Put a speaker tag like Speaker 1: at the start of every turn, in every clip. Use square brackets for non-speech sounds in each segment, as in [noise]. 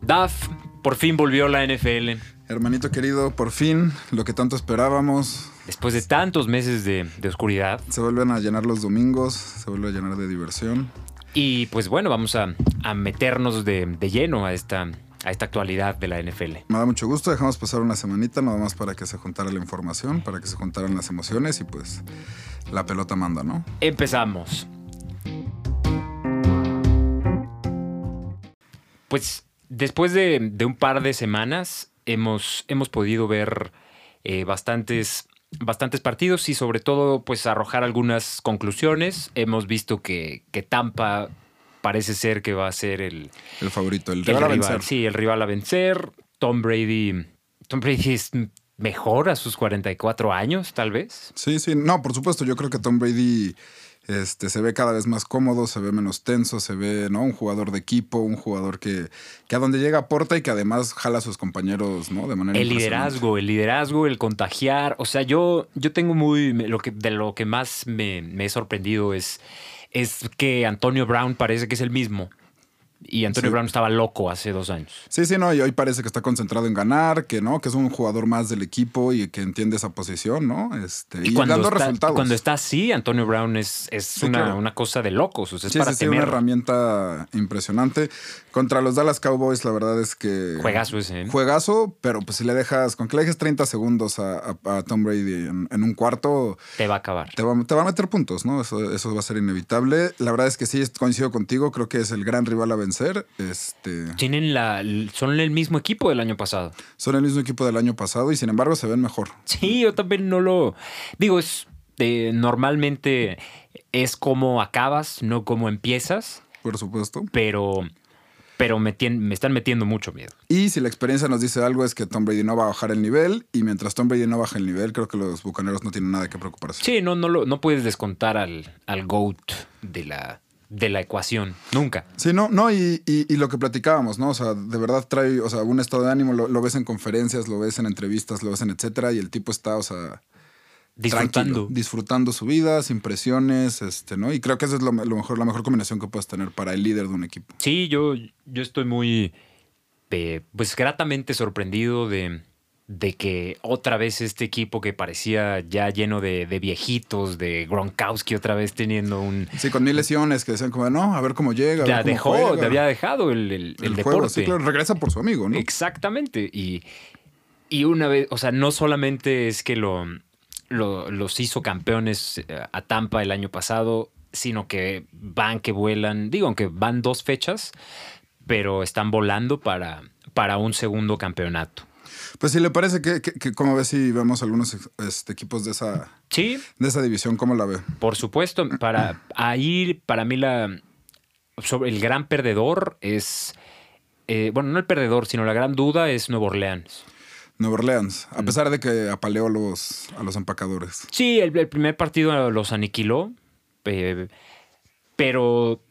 Speaker 1: Daf, por fin volvió la NFL.
Speaker 2: Hermanito querido, por fin, lo que tanto esperábamos,
Speaker 1: Después de tantos meses de, de oscuridad.
Speaker 2: se vuelven a llenar los domingos, se vuelve a llenar de diversión.
Speaker 1: Y pues bueno, vamos a, a meternos de, de lleno a esta, a esta actualidad de la NFL.
Speaker 2: Me da mucho gusto, dejamos pasar una semanita nada más para que se juntara la información, para que se juntaran las emociones y pues la pelota manda, ¿no?
Speaker 1: Empezamos. Pues después de, de un par de semanas hemos, hemos podido ver eh, bastantes, bastantes partidos y sobre todo pues arrojar algunas conclusiones. Hemos visto que, que Tampa parece ser que va a ser el,
Speaker 2: El favorito, el,
Speaker 1: el
Speaker 2: rival a
Speaker 1: rival,
Speaker 2: vencer.
Speaker 1: Sí, el rival a vencer. Tom Brady, Tom Brady es mejor a sus 44 años tal vez.
Speaker 2: Sí, sí, no, por supuesto, yo creo que Tom Brady este, se ve cada vez más cómodo, se ve menos tenso, se ve ¿no? un jugador de equipo, un jugador que, que a donde llega aporta y que además jala a sus compañeros ¿no? de manera
Speaker 1: El
Speaker 2: impresionante.
Speaker 1: liderazgo, el liderazgo, el contagiar. O sea, yo, yo tengo muy. me- Lo que, de lo que más me, me he sorprendido es, es que Antonio Brown parece que es el mismo. Y Antonio
Speaker 2: Sí.
Speaker 1: Brown estaba loco hace dos años.
Speaker 2: Sí, sí, no, y hoy parece que está concentrado en ganar, que no, que es un jugador más del equipo y que entiende esa posición, ¿no? Este, y, dando
Speaker 1: está,
Speaker 2: resultados.
Speaker 1: cuando está así, Antonio Brown es, es una,
Speaker 2: claro.
Speaker 1: una cosa de locos. O sea, es
Speaker 2: Sí,
Speaker 1: para
Speaker 2: sí, sí, una
Speaker 1: temer.
Speaker 2: herramienta impresionante. Contra los Dallas Cowboys, la verdad es que.
Speaker 1: Juegazo ese, ¿eh?
Speaker 2: Juegazo, pero pues si le dejas, con que le dejes 30 segundos a, a- a Tom Brady en, en un cuarto,
Speaker 1: te va a acabar.
Speaker 2: te va, te va a meter puntos, ¿no? Eso, eso va a ser inevitable. La verdad es que sí, est- coincido contigo, creo que es el gran rival a vencer. Este,
Speaker 1: Tienen la, son el mismo equipo del año pasado.
Speaker 2: son el mismo equipo del año pasado y sin embargo se ven mejor.
Speaker 1: Sí, yo también no lo. Digo, es. eh, normalmente es como acabas, no como empiezas.
Speaker 2: Por supuesto.
Speaker 1: pero, pero me, tien- me están metiendo mucho miedo.
Speaker 2: Y si la experiencia nos dice algo es que Tom Brady no va a bajar el nivel y mientras Tom Brady no baja el nivel, creo que los bucaneros no tienen nada que preocuparse.
Speaker 1: Sí, no, no, lo, no puedes descontar al, al GOAT de la, de la ecuación. Nunca.
Speaker 2: Sí, no, no, y, y- y lo que platicábamos, ¿no? O sea, de verdad trae, o sea, un estado de ánimo, lo, lo ves en conferencias, lo ves en entrevistas, lo ves en etcétera, y el tipo está, o sea, tranquilo,
Speaker 1: Disfrutando.
Speaker 2: disfrutando su vida, sin presiones, este, ¿no? Y creo que esa es lo, me- lo mejor, la mejor combinación que puedes tener para el líder de un equipo.
Speaker 1: Sí, yo, yo estoy muy, eh, pues gratamente sorprendido de, de que otra vez este equipo que parecía ya lleno de, de viejitos, de Gronkowski otra vez teniendo un...
Speaker 2: Sí, con mil lesiones que decían como, no, a ver cómo llega. a ver
Speaker 1: Ya
Speaker 2: cómo
Speaker 1: dejó,
Speaker 2: juega.
Speaker 1: había dejado el, el- el
Speaker 2: El
Speaker 1: deporte.
Speaker 2: juego, sí, claro, regresa por su amigo, ¿no?
Speaker 1: Exactamente. Y, y una vez, o sea, no solamente es que lo, lo- los hizo campeones eh, a Tampa el año pasado, sino que van, que vuelan, digo, aunque van dos fechas, pero están volando para, para un segundo campeonato.
Speaker 2: Pues si le parece que, que, que como ves si vemos algunos este, equipos de esa,
Speaker 1: Sí,
Speaker 2: de esa división, ¿cómo la ve?
Speaker 1: por supuesto, para ahí, para mí, la, sobre el gran perdedor es, eh, bueno, no el perdedor, sino la gran duda es Nuevo Orleans.
Speaker 2: Nueva Orleans,
Speaker 1: Mm.
Speaker 2: a pesar de que apaleó a los, a los empacadores.
Speaker 1: Sí, el, el primer partido los aniquiló, eh, pero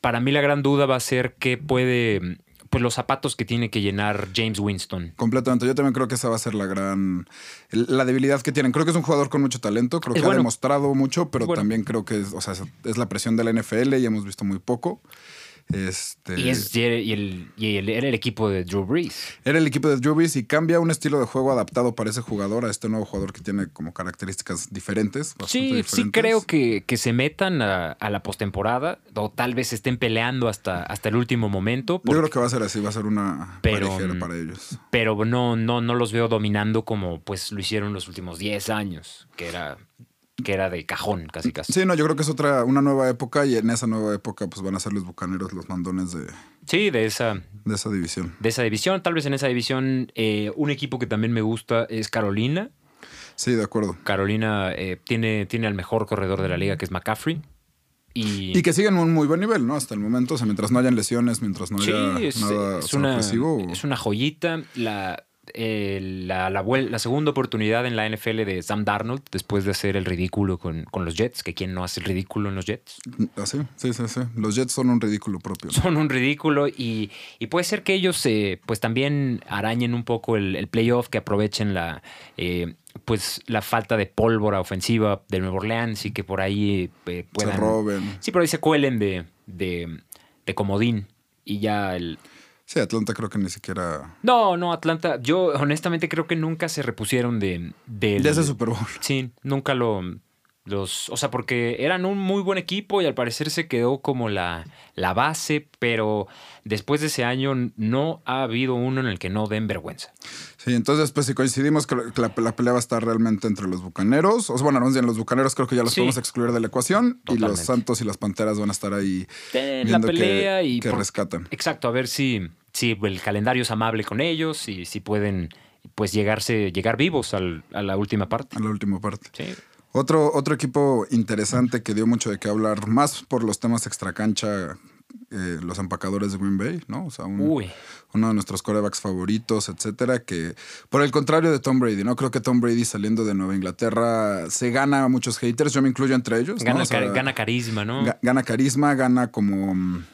Speaker 1: para mí la gran duda va a ser qué puede, pues los zapatos que tiene que llenar James Winston.
Speaker 2: Completamente. Yo también creo que esa va a ser la gran. La debilidad que tienen. Creo que es un jugador con mucho talento. Creo
Speaker 1: Es
Speaker 2: que ha
Speaker 1: bueno.
Speaker 2: demostrado mucho, pero
Speaker 1: Es bueno.
Speaker 2: también creo que es, o sea, es- es la presión de la NFL y hemos visto muy poco. Este,
Speaker 1: Y, es, y el, y el- y el- era el equipo de Drew Brees.
Speaker 2: Era el equipo de Juvis y cambia un estilo de juego adaptado para ese jugador, a este nuevo jugador que tiene como características diferentes. bastante
Speaker 1: Sí, sí
Speaker 2: diferentes.
Speaker 1: creo que, que se metan a, a la postemporada o tal vez estén peleando hasta, hasta el último momento,
Speaker 2: Yo
Speaker 1: porque-
Speaker 2: creo que va a ser así, va a ser una
Speaker 1: Pero,
Speaker 2: parejera
Speaker 1: mm,
Speaker 2: para ellos.
Speaker 1: pero no, no, no los veo dominando como pues lo hicieron los últimos 10 años, que era, que era de cajón casi casi.
Speaker 2: Sí, no, yo creo que es otra, una nueva época y en esa nueva época pues van a ser los bucaneros los mandones de,
Speaker 1: Sí, de esa,
Speaker 2: de esa división.
Speaker 1: de esa división. Tal vez en esa división eh, un equipo que también me gusta es Carolina.
Speaker 2: Sí, de acuerdo.
Speaker 1: Carolina eh, tiene, tiene al mejor corredor de la liga, que es McCaffrey. Y,
Speaker 2: Y que siguen un muy buen nivel, ¿no? Hasta el momento, o sea, mientras no hayan lesiones, mientras no
Speaker 1: sí,
Speaker 2: haya
Speaker 1: es,
Speaker 2: nada
Speaker 1: es una,
Speaker 2: sorpresivo.
Speaker 1: es una joyita. La, eh, la, la vuel- la segunda oportunidad en la NFL de Sam Darnold, después de hacer el ridículo con, con los Jets, que quien no hace el ridículo en los Jets.
Speaker 2: mm, Así, sí, sí, sí. Los Jets son un ridículo propio.
Speaker 1: son un ridículo y, y puede ser que ellos eh, pues también arañen un poco el, el playoff, que aprovechen la eh, pues la falta de pólvora ofensiva de Nueva Orleans y que por ahí eh, puedan...
Speaker 2: Se roben.
Speaker 1: Sí, por ahí se cuelen de, de, de comodín y ya el...
Speaker 2: Sí, Atlanta creo que ni siquiera.
Speaker 1: No, no, Atlanta. Yo honestamente creo que nunca se repusieron de, del-
Speaker 2: De ese Super Bowl.
Speaker 1: Sí, nunca lo. Los, o sea, porque eran un muy buen equipo y al parecer se quedó como la, la base, pero después de ese año no ha habido uno en el que no den vergüenza.
Speaker 2: Sí, entonces, pues si coincidimos que la, que la pelea va a estar realmente entre los bucaneros, o sea, bueno, no, en los bucaneros creo que ya los
Speaker 1: Sí.
Speaker 2: podemos excluir de la ecuación, y
Speaker 1: Totalmente.
Speaker 2: los santos y las panteras van a estar ahí
Speaker 1: En la
Speaker 2: viendo que-
Speaker 1: pelea y.
Speaker 2: que
Speaker 1: por-
Speaker 2: rescatan.
Speaker 1: Exacto, a ver si, si el calendario es amable con ellos y si pueden pues llegarse, llegar vivos al- a la última parte.
Speaker 2: A la última parte.
Speaker 1: Sí.
Speaker 2: Otro, otro equipo interesante que dio mucho de qué hablar, más por los temas extracancha, eh, los empacadores de Green Bay, ¿no? O sea, un-
Speaker 1: Uy.
Speaker 2: uno de nuestros corebacks favoritos, etcétera, que por el contrario de Tom Brady, ¿no? Creo que Tom Brady saliendo de Nueva Inglaterra se gana a muchos haters, yo me incluyo entre ellos. ¿no?
Speaker 1: Gana,
Speaker 2: O sea,
Speaker 1: car- gana carisma, ¿no?
Speaker 2: pues ga- gana carisma, gana como, mm,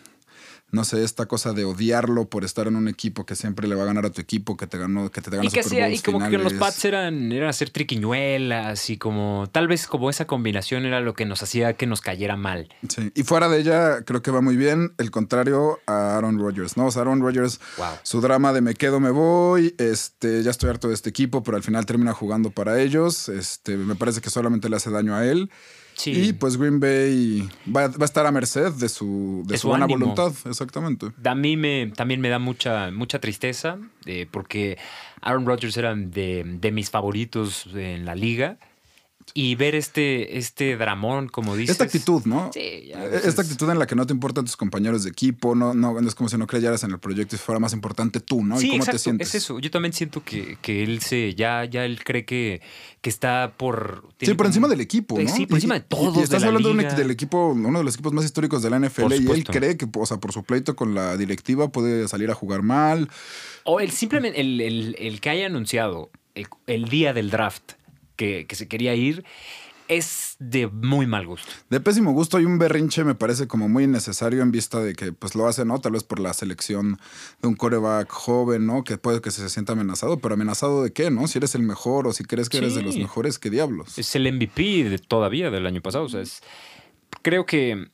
Speaker 2: no sé, esta cosa de odiarlo por estar en un equipo que siempre le va a ganar a tu equipo, que te ganó, que te gana
Speaker 1: Y que
Speaker 2: Super
Speaker 1: hacía- y
Speaker 2: Bowls
Speaker 1: como que con los
Speaker 2: finales.
Speaker 1: Pats eh. eran, eran hacer triquiñuelas y como tal vez como esa combinación era lo que nos hacía que nos cayera mal.
Speaker 2: Sí, Y fuera de ella, creo que va muy bien. El contrario a Aaron Rodgers, ¿no? O sea, Aaron Rodgers,
Speaker 1: Wow.
Speaker 2: su drama de me quedo, me voy, este, ya estoy harto de este equipo, pero al final termina jugando para ellos. Este, me parece que solamente le hace daño a él.
Speaker 1: Sí.
Speaker 2: Y pues Green Bay va, va a estar a merced de su, de
Speaker 1: De
Speaker 2: su
Speaker 1: su
Speaker 2: buena
Speaker 1: ánimo.
Speaker 2: voluntad, exactamente.
Speaker 1: A mí me, también me da mucha, mucha tristeza eh, porque Aaron Rodgers era de, de mis favoritos en la liga y ver este, este dramón, como dices.
Speaker 2: Esta actitud, ¿no?
Speaker 1: Sí, ya,
Speaker 2: Eh,
Speaker 1: pues,
Speaker 2: Esta actitud en la que no te importan tus compañeros de equipo, no, no, no es como si no creyeras en el proyecto y fuera más importante tú, ¿no?
Speaker 1: Sí,
Speaker 2: y cómo
Speaker 1: exacto,
Speaker 2: te sientes.
Speaker 1: es eso. Yo también siento que, que él se, ya, ya él cree que, que está por...
Speaker 2: Sí,
Speaker 1: tiene
Speaker 2: por encima
Speaker 1: como-
Speaker 2: del equipo, ¿no?
Speaker 1: Sí, por
Speaker 2: Y-
Speaker 1: encima de
Speaker 2: y-
Speaker 1: todos,
Speaker 2: Y,
Speaker 1: de
Speaker 2: estás
Speaker 1: la
Speaker 2: hablando de un
Speaker 1: liga.
Speaker 2: equi- del equipos, uno de los equipos más históricos de la
Speaker 1: Por
Speaker 2: NFL, y él
Speaker 1: supuesto.
Speaker 2: cree que, o sea, por su pleito con la directiva puede salir a jugar mal.
Speaker 1: O el simplemente el, el- el que haya anunciado el, el día del draft que, que se quería ir es de muy mal gusto.
Speaker 2: De pésimo gusto y un berrinche me parece como muy innecesario en vista de que pues lo hace, ¿no? Tal vez por la selección de un coreback joven, ¿no? Que puede que se sienta amenazado, pero amenazado de qué, ¿no? Si eres el mejor o si crees que eres de los
Speaker 1: Sí.
Speaker 2: mejores, ¿qué diablos?
Speaker 1: Es el MVP de- todavía del año pasado. O sea, es- creo que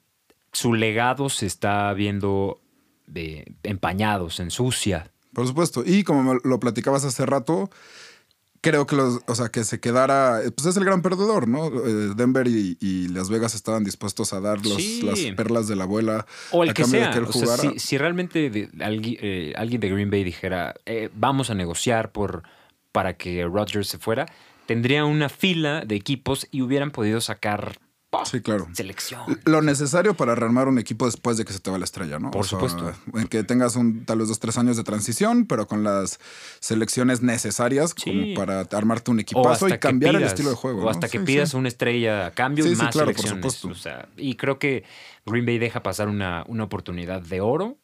Speaker 1: su legado se está viendo de, empañado, se ensucia.
Speaker 2: Por supuesto. Y como me lo platicabas hace rato, creo que los, o sea, que se quedara, pues es el gran perdedor, ¿no? Eh, Denver y, y Las Vegas estaban dispuestos a dar los-
Speaker 1: Sí.
Speaker 2: las perlas de la abuela
Speaker 1: O
Speaker 2: a
Speaker 1: el que
Speaker 2: cambio
Speaker 1: sea.
Speaker 2: de que él
Speaker 1: O sea,
Speaker 2: jugara.
Speaker 1: si, si realmente de- algui- eh, alguien de Green Bay dijera, "Eh, vamos a negociar por, para que Rodgers se fuera, tendría una fila de equipos y hubieran podido sacar pues, ¡pah!
Speaker 2: Sí, claro.
Speaker 1: selección.
Speaker 2: Lo necesario para rearmar un equipo después de que se te va la estrella, ¿no?
Speaker 1: Por supuesto.
Speaker 2: en que tengas un, tal vez dos, tres años de transición, pero con las selecciones necesarias
Speaker 1: Sí.
Speaker 2: como para armarte un
Speaker 1: O
Speaker 2: equipazo
Speaker 1: hasta
Speaker 2: y
Speaker 1: que
Speaker 2: cambiar el
Speaker 1: pidas-
Speaker 2: estilo de juego.
Speaker 1: O
Speaker 2: ¿no?
Speaker 1: hasta que
Speaker 2: Sí,
Speaker 1: pidas
Speaker 2: sí.
Speaker 1: una estrella a cambio
Speaker 2: Sí,
Speaker 1: y
Speaker 2: sí,
Speaker 1: más
Speaker 2: claro, por
Speaker 1: selecciones.
Speaker 2: supuesto.
Speaker 1: O sea, y creo que Green Bay deja pasar una, una oportunidad de oro.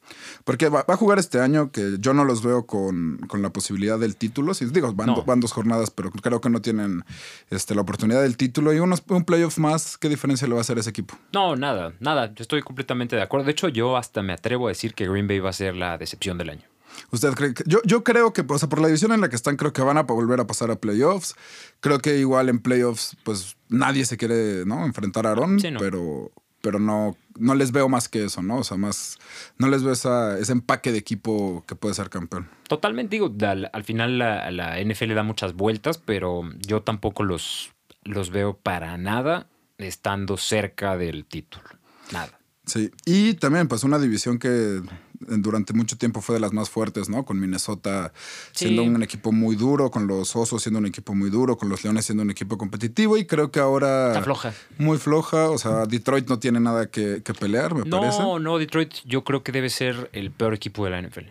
Speaker 2: Porque va, va a jugar este año que yo no los veo con, con la posibilidad del título. Sí, digo, van,
Speaker 1: No.
Speaker 2: do- van dos jornadas, pero creo que no tienen este, la oportunidad del título. Y unos, un playoff más, ¿qué diferencia le va a hacer a ese equipo?
Speaker 1: No, nada, nada. Yo estoy completamente de acuerdo. De hecho, yo hasta me atrevo a decir que Green Bay va a ser la decepción del año.
Speaker 2: ¿Usted cree que- yo, yo creo que, o sea, por la división en la que están, creo que van a pa- volver a pasar a playoffs. Creo que igual en playoffs, pues nadie se quiere, ¿no? Enfrentar a Aaron,
Speaker 1: Sí, no.
Speaker 2: pero, pero no, no les veo más que eso, ¿no? O sea, más, no les veo esa, ese empaque de equipo que puede ser campeón.
Speaker 1: Totalmente, digo, al, al final la, la NFL da muchas vueltas, pero yo tampoco los, los veo para nada estando cerca del título. Nada.
Speaker 2: Sí, y también pues una división que durante mucho tiempo fue de las más fuertes, ¿no? Con Minnesota
Speaker 1: Sí.
Speaker 2: siendo un equipo muy duro, con los Osos siendo un equipo muy duro, con los Leones siendo un equipo competitivo y creo que ahora...
Speaker 1: Está floja.
Speaker 2: Muy floja, o sea, Detroit no tiene nada que, que pelear, me parece.
Speaker 1: No, no, Detroit yo creo que debe ser el peor equipo de la NFL.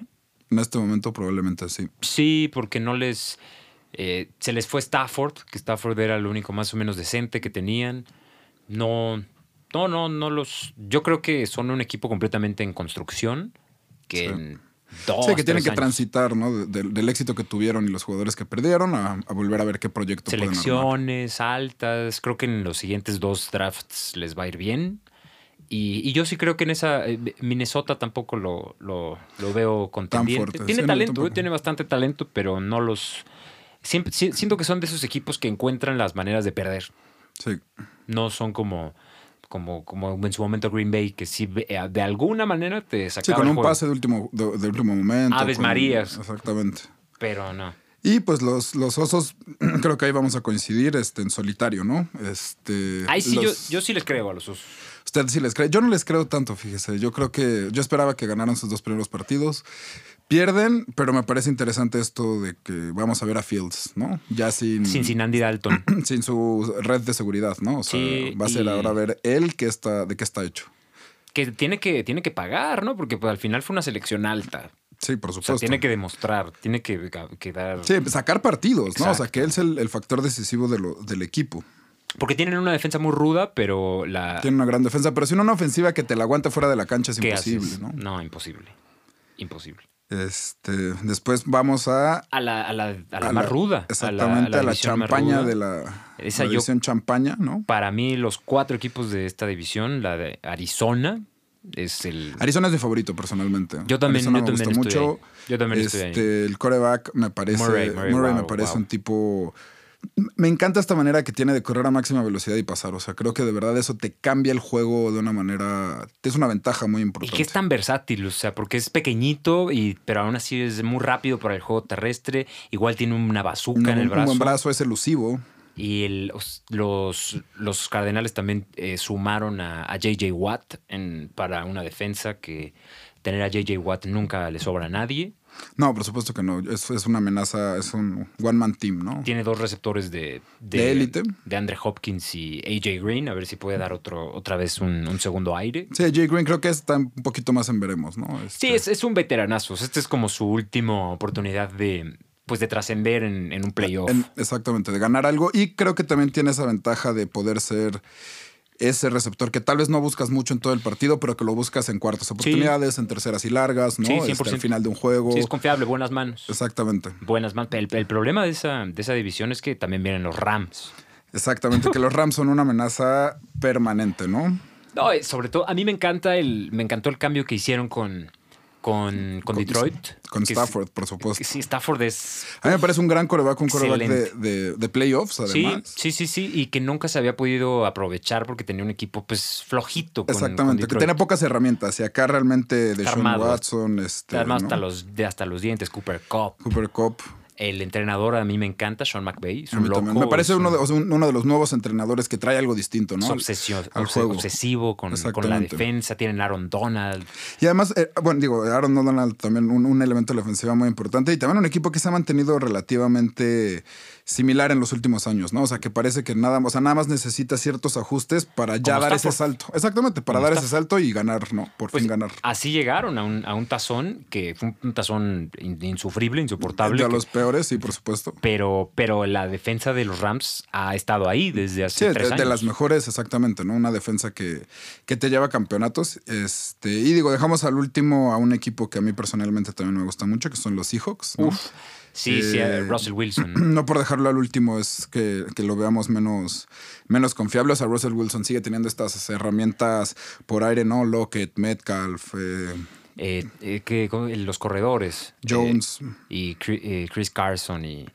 Speaker 2: En este momento probablemente sí.
Speaker 1: Sí, porque no les... eh, se les fue Stafford, que Stafford era el único más o menos decente que tenían. No, no, no, no los... Yo creo que son un equipo completamente en construcción, que
Speaker 2: Sí.
Speaker 1: en dos,
Speaker 2: sí, que
Speaker 1: tres
Speaker 2: tienen que
Speaker 1: Oh, años-
Speaker 2: transitar, ¿no? De- del- del éxito que tuvieron y los jugadores que perdieron a, a volver a ver qué proyecto pueden armar.
Speaker 1: selecciones altas. Creo que en los siguientes dos drafts les va a ir bien. Y, y yo sí creo que en esa eh, Minnesota tampoco lo, lo, lo veo contendiente.
Speaker 2: fuerte,
Speaker 1: Tiene
Speaker 2: sí, no,
Speaker 1: talento,
Speaker 2: tampoco.
Speaker 1: eh, tiene bastante talento, pero no los... Siempre, si- siento que son de esos equipos que encuentran las maneras de perder.
Speaker 2: Sí.
Speaker 1: No son como, como, como en su momento Green Bay, que sí eh, de alguna manera te sacaba
Speaker 2: Sí, con
Speaker 1: el
Speaker 2: un
Speaker 1: juego.
Speaker 2: pase de último, de, de último momento.
Speaker 1: Aves
Speaker 2: con-
Speaker 1: Marías.
Speaker 2: Exactamente.
Speaker 1: Pero no.
Speaker 2: Y pues los, los osos, [clears throat] creo que ahí vamos a coincidir este, en solitario, ¿no? Este,
Speaker 1: Ahí sí,
Speaker 2: los-
Speaker 1: yo, yo sí les creo a los osos.
Speaker 2: Usted sí les cree. Yo no les creo tanto, fíjese. Yo creo que. Yo esperaba que ganaran sus dos primeros partidos. Pierden, pero me parece interesante esto de que vamos a ver a Fields, ¿no? Ya sin.
Speaker 1: Cincinnati Dalton.
Speaker 2: [clears throat] sin su red de seguridad, ¿no? O sea,
Speaker 1: Sí,
Speaker 2: va a ser
Speaker 1: y-
Speaker 2: ahora ver él qué está, de qué está hecho.
Speaker 1: que tiene que tiene que pagar, ¿no? Porque pues, al final fue una selección alta.
Speaker 2: Sí, por
Speaker 1: O sea,
Speaker 2: supuesto.
Speaker 1: tiene que demostrar, tiene que, que dar.
Speaker 2: Sí, sacar partidos, ¿no? O sea,
Speaker 1: Exacto.
Speaker 2: que él es el, el factor decisivo de lo- del equipo.
Speaker 1: Porque tienen una defensa muy ruda, pero la.
Speaker 2: Tiene una gran defensa, pero sin una ofensiva que te la aguante fuera de la cancha es
Speaker 1: ¿qué
Speaker 2: imposible,
Speaker 1: haces?
Speaker 2: ¿no?
Speaker 1: No, imposible. Imposible.
Speaker 2: Este, después vamos a
Speaker 1: A la, a la, a la
Speaker 2: a
Speaker 1: más
Speaker 2: la-
Speaker 1: ruda.
Speaker 2: Exactamente, a la,
Speaker 1: división más
Speaker 2: champaña
Speaker 1: ruda.
Speaker 2: de la,
Speaker 1: Esa
Speaker 2: la
Speaker 1: yo-
Speaker 2: división champaña, ¿no?
Speaker 1: Para mí, los cuatro equipos de esta división, la de Arizona, es el.
Speaker 2: Arizona es mi favorito personalmente.
Speaker 1: Yo también-
Speaker 2: Arizona
Speaker 1: yo
Speaker 2: me
Speaker 1: también
Speaker 2: gusta
Speaker 1: estoy
Speaker 2: mucho.
Speaker 1: ahí. Yo también estoy
Speaker 2: este,
Speaker 1: ahí.
Speaker 2: El coreback me parece.
Speaker 1: Murray,
Speaker 2: Murray,
Speaker 1: Murray,
Speaker 2: me
Speaker 1: wow,
Speaker 2: parece
Speaker 1: wow.
Speaker 2: un tipo. Me encanta esta manera que tiene de correr a máxima velocidad y pasar. O sea, creo que de verdad eso te cambia el juego de una manera. Es una ventaja muy
Speaker 1: Y
Speaker 2: importante.
Speaker 1: que es tan versátil, o sea, porque es pequeñito, y, pero aún así es muy rápido para el juego terrestre. Igual tiene una bazuca
Speaker 2: un,
Speaker 1: en el
Speaker 2: un
Speaker 1: brazo.
Speaker 2: buen brazo, es elusivo.
Speaker 1: Y el- os- los, los Cardenales también eh, sumaron a, a J.J. Watt en- para una defensa que tener a J.J. Watt nunca le sobra a nadie.
Speaker 2: No, por supuesto que no. Es, es una amenaza, es un one-man team, ¿no?
Speaker 1: Tiene dos receptores de,
Speaker 2: De élite.
Speaker 1: de Andre Hopkins y A.J. Green. A ver si puede dar otro, otra vez un, un segundo aire.
Speaker 2: Sí, Jay Green creo que está un poquito más en veremos, ¿no?
Speaker 1: Sí,
Speaker 2: Este,
Speaker 1: es, es un veteranazo. O sea, Esta es como su última oportunidad de, pues, de trascender en, en un playoff.
Speaker 2: En- exactamente, de ganar algo. Y creo que también tiene esa ventaja de poder ser ese receptor que tal vez no buscas mucho en todo el partido, pero que lo buscas en cuartas oportunidades, en terceras y largas, ¿no?
Speaker 1: Sí,
Speaker 2: Este,
Speaker 1: 100%.
Speaker 2: al final de un juego.
Speaker 1: Sí, es confiable, buenas manos.
Speaker 2: Exactamente,
Speaker 1: Buenas manos. El, el problema de esa, de esa división es que también vienen los Rams.
Speaker 2: exactamente. que los Rams son una amenaza permanente, ¿no?
Speaker 1: No, eh, sobre todo, a mí me encanta el, me encantó el cambio que hicieron con, con, con Detroit.
Speaker 2: Con
Speaker 1: Que
Speaker 2: Stafford, por
Speaker 1: Sí, que
Speaker 2: supuesto.
Speaker 1: sí, Stafford es.
Speaker 2: A mí me parece un gran coreback, un coreback de,
Speaker 1: Excelente.
Speaker 2: de- de playoffs,
Speaker 1: Sí,
Speaker 2: además.
Speaker 1: sí, sí, sí. Y que nunca se había podido aprovechar porque tenía un equipo pues flojito. Con,
Speaker 2: Exactamente,
Speaker 1: con
Speaker 2: que
Speaker 1: Detroit.
Speaker 2: tenía pocas herramientas. Y acá realmente de Sean
Speaker 1: armado.
Speaker 2: Watson, este,
Speaker 1: Además, hasta,
Speaker 2: ¿no?
Speaker 1: los, de hasta los dientes, Cooper Cup.
Speaker 2: Cooper Cup.
Speaker 1: El entrenador a mí me encanta, Sean McVay. Es
Speaker 2: A
Speaker 1: un
Speaker 2: mí también.
Speaker 1: loco,
Speaker 2: Me parece
Speaker 1: es
Speaker 2: uno de,
Speaker 1: un-
Speaker 2: o sea, un- uno de los nuevos entrenadores que trae algo distinto, ¿no?
Speaker 1: es
Speaker 2: Al-
Speaker 1: obsesión-
Speaker 2: al
Speaker 1: obse-
Speaker 2: juego.
Speaker 1: obsesivo con, con la
Speaker 2: Exactamente.
Speaker 1: defensa. Tienen Aaron Donald.
Speaker 2: Y además, eh, bueno, digo, Aaron Donald también un, un elemento de la ofensiva muy importante y también un equipo que se ha mantenido relativamente similar en los últimos años, ¿no? O sea, que parece que nada, o sea, nada más necesita ciertos ajustes para ya
Speaker 1: Como
Speaker 2: dar ese
Speaker 1: Stafford.
Speaker 2: salto. Exactamente, para
Speaker 1: Como
Speaker 2: dar ese salto y ganar, ¿no? Por
Speaker 1: Pues,
Speaker 2: fin ganar.
Speaker 1: Así llegaron a un, a un tazón que fue un, un tazón in- insufrible, insoportable.
Speaker 2: De
Speaker 1: que-
Speaker 2: los peores, sí, por supuesto.
Speaker 1: pero, pero la defensa de los Rams ha estado ahí desde
Speaker 2: Sí,
Speaker 1: hace
Speaker 2: de,
Speaker 1: tres
Speaker 2: de
Speaker 1: años.
Speaker 2: las mejores, exactamente, ¿no? Una defensa que, que te lleva a campeonatos. Este, y digo, dejamos al último a un equipo que a mí personalmente también me gusta mucho, que son los Seahawks. ¿no?
Speaker 1: sí, sí,
Speaker 2: Eh,
Speaker 1: Russell Wilson.
Speaker 2: [clears throat] No por dejarlo al último es que, que lo veamos menos, menos confiable. O sea, Russell Wilson sigue teniendo estas herramientas por aire, ¿no? Lockett, Metcalf, eh,
Speaker 1: Eh, eh, que, ¿cómo? los corredores. eh,
Speaker 2: Jones.
Speaker 1: y Cri- eh, Chris Carson y,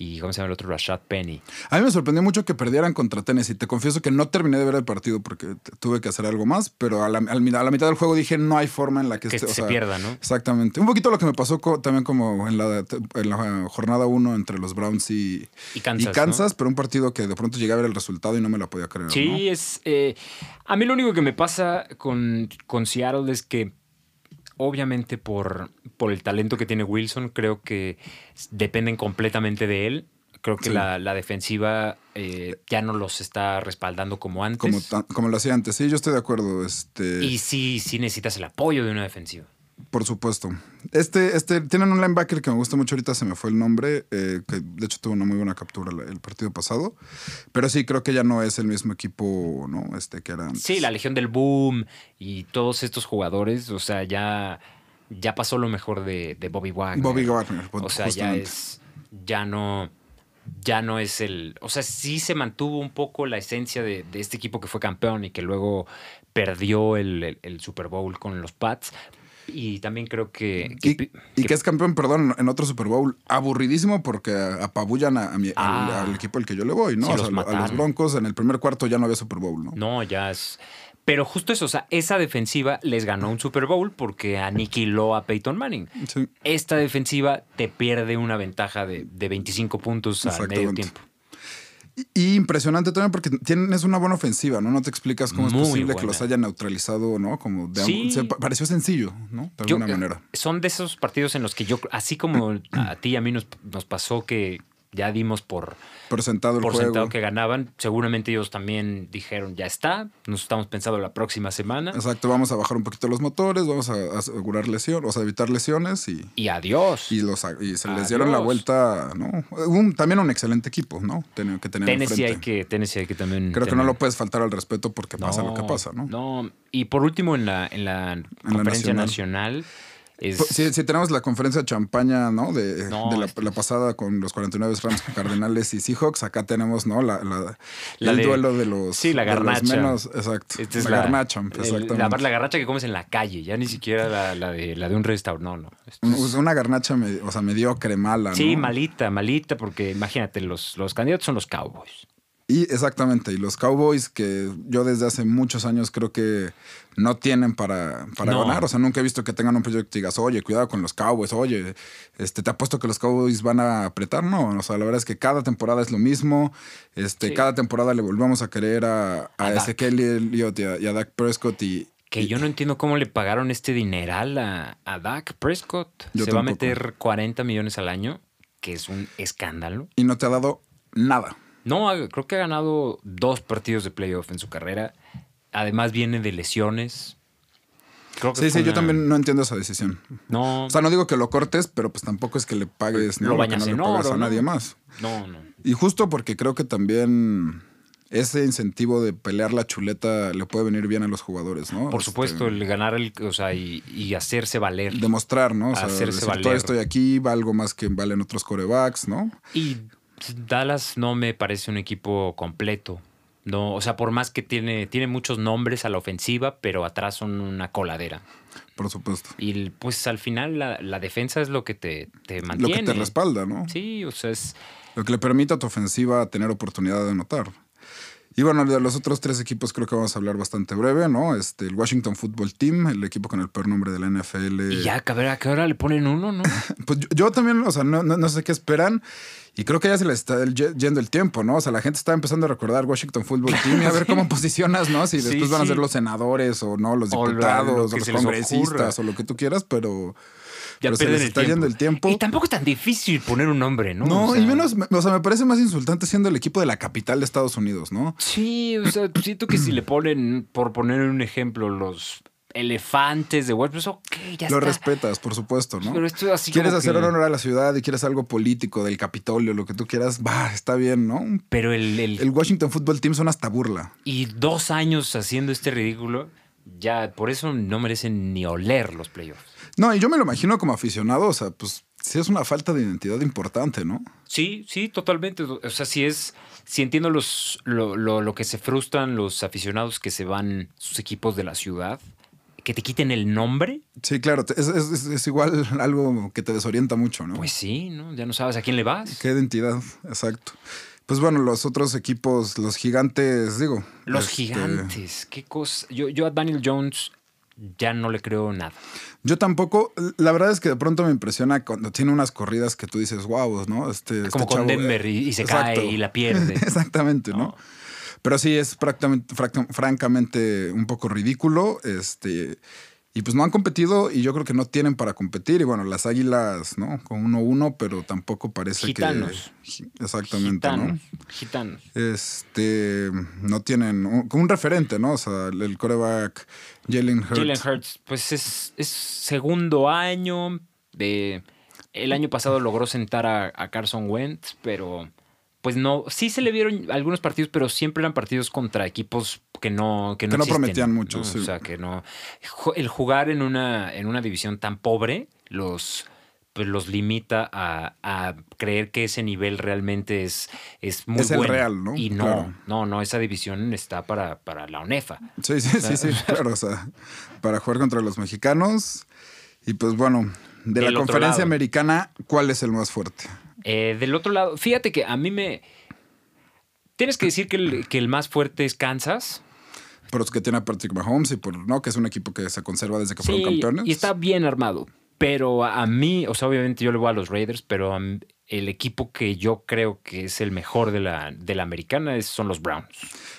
Speaker 1: y, ¿cómo se llama el otro? Rashad Penny.
Speaker 2: A mí me sorprendió mucho que perdieran contra Tennessee. Te confieso que no terminé de ver el partido porque t- tuve que hacer algo más, pero a la, al mi- a la mitad del juego dije, no hay forma en la que,
Speaker 1: Que
Speaker 2: este- o
Speaker 1: se
Speaker 2: sea,
Speaker 1: pierda, ¿no?
Speaker 2: Exactamente. Un poquito lo que me pasó co- también como en la, en la jornada 1 entre los Browns y,
Speaker 1: Y Kansas,
Speaker 2: pero un partido que de pronto llegué a ver el resultado y no me la podía creer.
Speaker 1: Sí,
Speaker 2: ¿no?
Speaker 1: es. eh, a mí lo único que me pasa con, con Seattle es que, obviamente, por, por el talento que tiene Wilson, creo que s- dependen completamente de él. Creo que
Speaker 2: Sí.
Speaker 1: la, la defensiva eh, ya no los está respaldando como antes.
Speaker 2: Como, tan- como lo hacía antes. Sí, yo estoy de acuerdo. Este,
Speaker 1: y sí, sí necesitas el apoyo de una defensiva.
Speaker 2: Por supuesto. Este, este, tienen un linebacker que me gusta mucho, ahorita se me fue el nombre, eh, que de hecho tuvo una muy buena captura la- el partido pasado. Pero sí, creo que ya no es el mismo equipo, ¿no? Este que era antes.
Speaker 1: Sí, la Legión del Boom y todos estos jugadores, o sea, ya, ya pasó lo mejor de, de Bobby Wagner.
Speaker 2: Bobby Wagner.
Speaker 1: O sea, ya
Speaker 2: justamente.
Speaker 1: es. Ya no. Ya no es el. O sea, sí se mantuvo un poco la esencia de, de este equipo que fue campeón y que luego perdió el, el- el Super Bowl con los Pats. Y también creo que.
Speaker 2: Y, y que es campeón, perdón, en otro Super Bowl aburridísimo porque apabullan a, a mi- al-
Speaker 1: Ah.
Speaker 2: al, equipo al que yo le voy, ¿no?
Speaker 1: Sí,
Speaker 2: O
Speaker 1: los
Speaker 2: sea, a los
Speaker 1: mataron.
Speaker 2: Broncos en el primer cuarto ya no había Super Bowl, ¿no?
Speaker 1: No, ya es. Pero justo eso, o sea, esa defensiva les ganó un Super Bowl porque aniquiló a Peyton Manning.
Speaker 2: Sí.
Speaker 1: Esta defensiva te pierde una ventaja de, de 25 puntos a medio
Speaker 2: Exactamente.
Speaker 1: tiempo.
Speaker 2: Y- Y impresionante también porque tienes una buena ofensiva, ¿no? No te explicas cómo
Speaker 1: Muy
Speaker 2: es posible que
Speaker 1: buena.
Speaker 2: los hayan neutralizado, ¿no? Como de
Speaker 1: Sí.
Speaker 2: se pa- pareció sencillo, ¿no? De
Speaker 1: Yo- eh,
Speaker 2: alguna manera.
Speaker 1: Son de esos partidos en los que yo, así
Speaker 2: [clears throat]
Speaker 1: como a ti y a mí nos, nos pasó que ya dimos por,
Speaker 2: Por sentado el
Speaker 1: por
Speaker 2: juego.
Speaker 1: sentado que ganaban, seguramente ellos también dijeron, ya está, nos estamos pensando la próxima semana
Speaker 2: Exacto, vamos a bajar un poquito los motores, vamos a asegurar lesiones, o sea, evitar lesiones y,
Speaker 1: y adiós.
Speaker 2: y los, a- y se les
Speaker 1: Adiós.
Speaker 2: dieron la vuelta, ¿no? Un- también un excelente equipo, ¿no? Tenía que tener
Speaker 1: Tennessee hay
Speaker 2: enfrente.
Speaker 1: que, Tennessee hay que también...
Speaker 2: Creo que no
Speaker 1: tener-
Speaker 2: lo puedes faltar al respeto porque pasa lo que pasa, ¿no?
Speaker 1: No, y por último en la, en la conferencia nacional, es...
Speaker 2: Pues, Si, si tenemos la conferencia de champaña, ¿no? De,
Speaker 1: No,
Speaker 2: de la,
Speaker 1: este-
Speaker 2: la pasada con los 49 Rams, Cardenales y Seahawks, acá tenemos, ¿no? La, la-
Speaker 1: La
Speaker 2: el
Speaker 1: de-
Speaker 2: duelo de los,
Speaker 1: sí, la
Speaker 2: de los
Speaker 1: garnacha.
Speaker 2: menos, exacto.
Speaker 1: Esta es
Speaker 2: la,
Speaker 1: la,
Speaker 2: garnacha,
Speaker 1: el-
Speaker 2: exactamente.
Speaker 1: la, la garnacha que comes en la calle, ya ni siquiera la, la de, la de un restaurante, no, no. Esto es-
Speaker 2: Un- Una garnacha, medi- o sea, mediocre, mala,
Speaker 1: sí,
Speaker 2: Ah, ¿no?
Speaker 1: malita, malita, porque imagínate, los, los candidatos son los Cowboys.
Speaker 2: Y exactamente, y los Cowboys que yo desde hace muchos años creo que no tienen para, para
Speaker 1: No.
Speaker 2: ganar, o sea, nunca he visto que tengan un proyecto y digas, oye, cuidado con los Cowboys, oye, este, te apuesto que los Cowboys van a apretar, no, o sea, la verdad es que cada temporada es lo mismo, este,
Speaker 1: Sí.
Speaker 2: cada temporada le volvemos a querer a, a,
Speaker 1: A Dak.
Speaker 2: Ezekiel Elliott y a, y a Dak Prescott y...
Speaker 1: Que yo no entiendo cómo le pagaron este dineral a, a Dak Prescott.
Speaker 2: Yo
Speaker 1: Se va a
Speaker 2: tampoco.
Speaker 1: meter 40 millones al año, que es un escándalo.
Speaker 2: y no te ha dado nada.
Speaker 1: No, ha- creo que ha ganado dos partidos de playoff en su carrera. Además viene de lesiones. Creo que
Speaker 2: Sí,
Speaker 1: fue
Speaker 2: sí, yo
Speaker 1: una-
Speaker 2: también no entiendo esa decisión.
Speaker 1: No,
Speaker 2: O sea, no digo que lo cortes, pero pues tampoco es que le pagues, ¿no?
Speaker 1: Lo
Speaker 2: que
Speaker 1: bañas
Speaker 2: no
Speaker 1: en
Speaker 2: le pagas
Speaker 1: oro,
Speaker 2: a
Speaker 1: ¿no?
Speaker 2: nadie más.
Speaker 1: no, no.
Speaker 2: Y justo porque creo que también ese incentivo de pelear la chuleta le puede venir bien a los jugadores, ¿no?
Speaker 1: Por
Speaker 2: Este,
Speaker 1: supuesto, el ganar el, o sea, y, y hacerse valer.
Speaker 2: Demostrar, ¿no? O sea,
Speaker 1: Hacerse
Speaker 2: decir,
Speaker 1: valer.
Speaker 2: todavía estoy aquí, valgo más que valen otros corebacks, ¿no?
Speaker 1: Y Dallas no me parece un equipo completo. No, o sea, por más que tiene, tiene muchos nombres a la ofensiva, pero atrás son una coladera.
Speaker 2: Por supuesto.
Speaker 1: Y pues al final la, la defensa es lo que te, te
Speaker 2: Lo
Speaker 1: mantiene.
Speaker 2: que te respalda, ¿no?
Speaker 1: Sí, o sea, es,
Speaker 2: Lo que le permite a tu ofensiva tener oportunidad de anotar. Y bueno, de los otros tres equipos creo que vamos a hablar bastante breve, ¿no? Este, el Washington Football Team, el equipo con el peor nombre de la NFL.
Speaker 1: Y ya, a ver, ¿a qué hora le ponen uno,
Speaker 2: [laughs]
Speaker 1: no?
Speaker 2: Pues yo, yo también, o sea, no, no- no sé qué esperan. Y creo que ya se les está el- yendo el tiempo, ¿no? O sea, la gente está empezando a recordar Washington Football Team y a ver cómo posicionas, ¿no? Si
Speaker 1: Sí,
Speaker 2: después van a
Speaker 1: sí.
Speaker 2: ser los senadores o no, los
Speaker 1: O lo-
Speaker 2: diputados, o,
Speaker 1: lo que
Speaker 2: los
Speaker 1: se les ocurra.
Speaker 2: congresistas, o lo que tú quieras, pero,
Speaker 1: Ya
Speaker 2: pero se
Speaker 1: pierden
Speaker 2: les
Speaker 1: el
Speaker 2: está
Speaker 1: tiempo.
Speaker 2: yendo el tiempo.
Speaker 1: Y tampoco es tan difícil poner un nombre, ¿no?
Speaker 2: no,
Speaker 1: O sea,
Speaker 2: y menos, me- o sea, me parece más insultante siendo el equipo de la capital de Estados Unidos, ¿no?
Speaker 1: Sí, o
Speaker 2: [clears throat]
Speaker 1: sea, siento que si le ponen, por poner un ejemplo, los elefantes de Web, pues ok, ya
Speaker 2: Lo
Speaker 1: está.
Speaker 2: respetas, por supuesto, ¿no?
Speaker 1: Pero esto así
Speaker 2: quieres
Speaker 1: como
Speaker 2: hacer
Speaker 1: que-
Speaker 2: honor a la ciudad y quieres algo político del Capitolio, lo que tú quieras, va, está bien, ¿no?
Speaker 1: Pero el, el-
Speaker 2: El Washington Football Team son hasta burla.
Speaker 1: Y dos años haciendo este ridículo, ya por eso no merecen ni oler los playoffs.
Speaker 2: No, y yo me lo imagino como aficionado, o sea, pues sí es una falta de identidad importante, ¿no?
Speaker 1: Sí, sí, totalmente. O sea, si es. Si entiendo los, lo, lo- lo que se frustran los aficionados que se van sus equipos de la ciudad, que te quiten el nombre,
Speaker 2: Sí, claro, te- es, es- es- es igual [laughs] algo que te desorienta mucho, ¿no?
Speaker 1: pues sí, ¿no? Ya no sabes a quién le vas.
Speaker 2: Qué identidad, exacto. Pues bueno, los otros equipos, los gigantes, digo.
Speaker 1: Los
Speaker 2: este,
Speaker 1: gigantes, qué cosa. Yo, yo a Daniel Jones ya no le creo nada.
Speaker 2: Yo tampoco, la verdad es que de pronto me impresiona cuando tiene unas corridas que tú dices, wow, ¿no? Este, este
Speaker 1: Como con
Speaker 2: chavo,
Speaker 1: Denver y, y se
Speaker 2: exacto.
Speaker 1: cae y la pierde.
Speaker 2: [laughs] Exactamente, ¿no?
Speaker 1: No.
Speaker 2: Pero sí, es prácticamente- frac- francamente un poco ridículo. Este, y pues no han competido y yo creo que no tienen para competir. Y bueno, las águilas, ¿no? Con 1-1, pero tampoco parece
Speaker 1: Gitanos.
Speaker 2: que. Gi- Exactamente,
Speaker 1: Gitanos,
Speaker 2: ¿no?
Speaker 1: gitanos.
Speaker 2: Este, no tienen un, como un referente, ¿no? O sea, el, el coreback Jalen Hurts.
Speaker 1: Jalen Hurts, pues es, es segundo año. De, el año pasado logró sentar a, a Carson Wentz, pero pues no. Sí se le vieron algunos partidos, pero siempre eran partidos contra equipos que no Que no,
Speaker 2: Que no
Speaker 1: existen,
Speaker 2: prometían mucho,
Speaker 1: ¿no?
Speaker 2: sí.
Speaker 1: O sea, que no. ju- El jugar en una, en una división tan pobre los pues los limita a, a creer que ese nivel realmente es, es muy
Speaker 2: Es el
Speaker 1: bueno.
Speaker 2: real, ¿no?
Speaker 1: Y no,
Speaker 2: Claro.
Speaker 1: no, no, esa división está para, para la UNEFA. [laughs]
Speaker 2: Sí, sí, sí, sí, claro. O sea, para jugar contra los mexicanos. Y pues bueno, de
Speaker 1: Del
Speaker 2: la
Speaker 1: otro lado.
Speaker 2: conferencia americana, ¿cuál es el más fuerte?
Speaker 1: Eh, del otro lado, fíjate que a mí me... Tienes que decir que el, que el más fuerte es Kansas.
Speaker 2: Por los que tiene a Patrick Mahomes y por no, que es un equipo que se conserva desde que fueron
Speaker 1: Sí,
Speaker 2: campeones.
Speaker 1: Y está bien armado. Pero a a mí, o sea, obviamente yo le voy a los Raiders, pero a mí- el equipo que yo creo que es el mejor de la, de la americana es- son los Browns.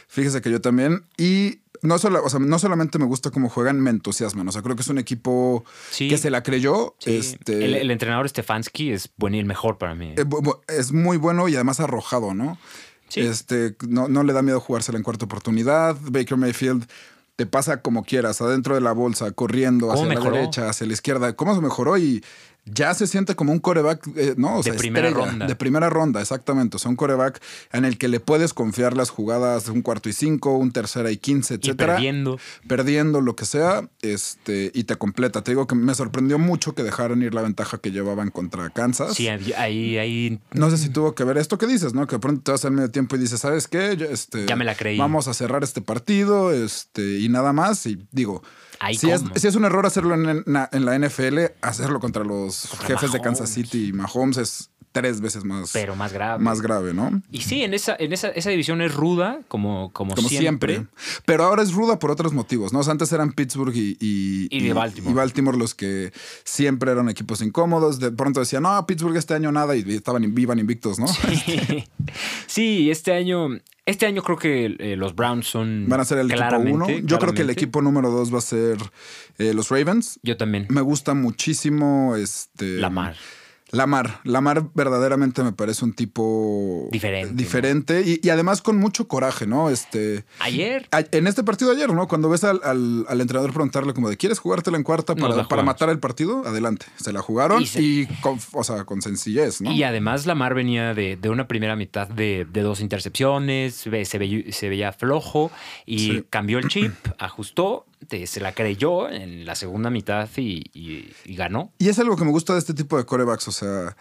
Speaker 2: Fíjese que yo también. Y no, solo, o sea, no solamente me gusta cómo juegan, me entusiasman. O sea, creo que es un equipo
Speaker 1: Sí.
Speaker 2: que se la creyó. Este,
Speaker 1: el, el entrenador Stefanski es bueno y el mejor para mí.
Speaker 2: eh, bu- bu- es muy bueno y además arrojado, ¿no?
Speaker 1: Sí.
Speaker 2: Este, no, no le da miedo jugársela en cuarta oportunidad. Baker Mayfield te pasa como quieras, adentro de la bolsa, corriendo hacia
Speaker 1: mejoró?
Speaker 2: la derecha, hacia la izquierda. ¿Cómo se mejoró? Y ya se siente como un coreback, eh, ¿no? O
Speaker 1: De
Speaker 2: sea,
Speaker 1: primera
Speaker 2: estrella,
Speaker 1: ronda.
Speaker 2: De primera ronda, exactamente. O sea, un coreback en el que le puedes confiar las jugadas de un cuarto y cinco, un tercera y quince,
Speaker 1: y
Speaker 2: etcétera
Speaker 1: perdiendo.
Speaker 2: perdiendo lo que sea, este, y te completa. Te digo que me sorprendió mucho que dejaran ir la ventaja que llevaban contra Kansas.
Speaker 1: Sí, ahí, ahí
Speaker 2: No sé si tuvo que ver esto que dices, ¿no? Que de pronto te vas al medio tiempo y dices, ¿sabes qué? Ya, este,
Speaker 1: Ya me la creí.
Speaker 2: Vamos a cerrar este partido, este, y nada más. Y digo,
Speaker 1: Ay,
Speaker 2: si es,
Speaker 1: ¿cómo?
Speaker 2: si es un error hacerlo en, en la- en la NFL, hacerlo contra los
Speaker 1: Contra
Speaker 2: jefes de
Speaker 1: Mahomes.
Speaker 2: Kansas City y Mahomes es tres veces más,
Speaker 1: pero más grave.
Speaker 2: más grave, ¿no?
Speaker 1: y sí, en esa, en esa, esa división es ruda, como, como,
Speaker 2: Como siempre.
Speaker 1: siempre.
Speaker 2: Pero ahora es ruda por otros motivos, ¿no? O sea, antes eran Pittsburgh y, y,
Speaker 1: Y de Baltimore.
Speaker 2: y Baltimore los que siempre eran equipos incómodos. De pronto decían, no, Pittsburgh este año nada y estaban in- iban invictos, ¿no?
Speaker 1: [laughs] sí, este año, este año creo que eh, los Browns son
Speaker 2: Van a ser el
Speaker 1: claramente,
Speaker 2: equipo uno. Yo creo que el
Speaker 1: claramente.
Speaker 2: equipo número dos va a ser eh, los Ravens.
Speaker 1: Yo también.
Speaker 2: Me gusta muchísimo este.
Speaker 1: Lamar.
Speaker 2: Lamar. Lamar verdaderamente me parece un tipo
Speaker 1: Diferente,
Speaker 2: diferente y, y además con mucho coraje, ¿no? Este.
Speaker 1: Ayer
Speaker 2: A- En este partido ayer, ¿no? Cuando ves al, al- al entrenador preguntarle como de ¿quieres jugártela en cuarta
Speaker 1: Nos la
Speaker 2: para, para
Speaker 1: jugamos.
Speaker 2: matar el partido? Adelante. Se la jugaron
Speaker 1: Y
Speaker 2: y,
Speaker 1: se-
Speaker 2: con, o sea, con sencillez, ¿no?
Speaker 1: Y además Lamar venía de, de una primera mitad de, de dos intercepciones, ve- se, ve- se veía flojo y
Speaker 2: Sí.
Speaker 1: cambió el chip, ajustó, te- se la creyó en la segunda mitad y, y- y ganó.
Speaker 2: Y es algo que me gusta de este tipo de corebacks, o sea,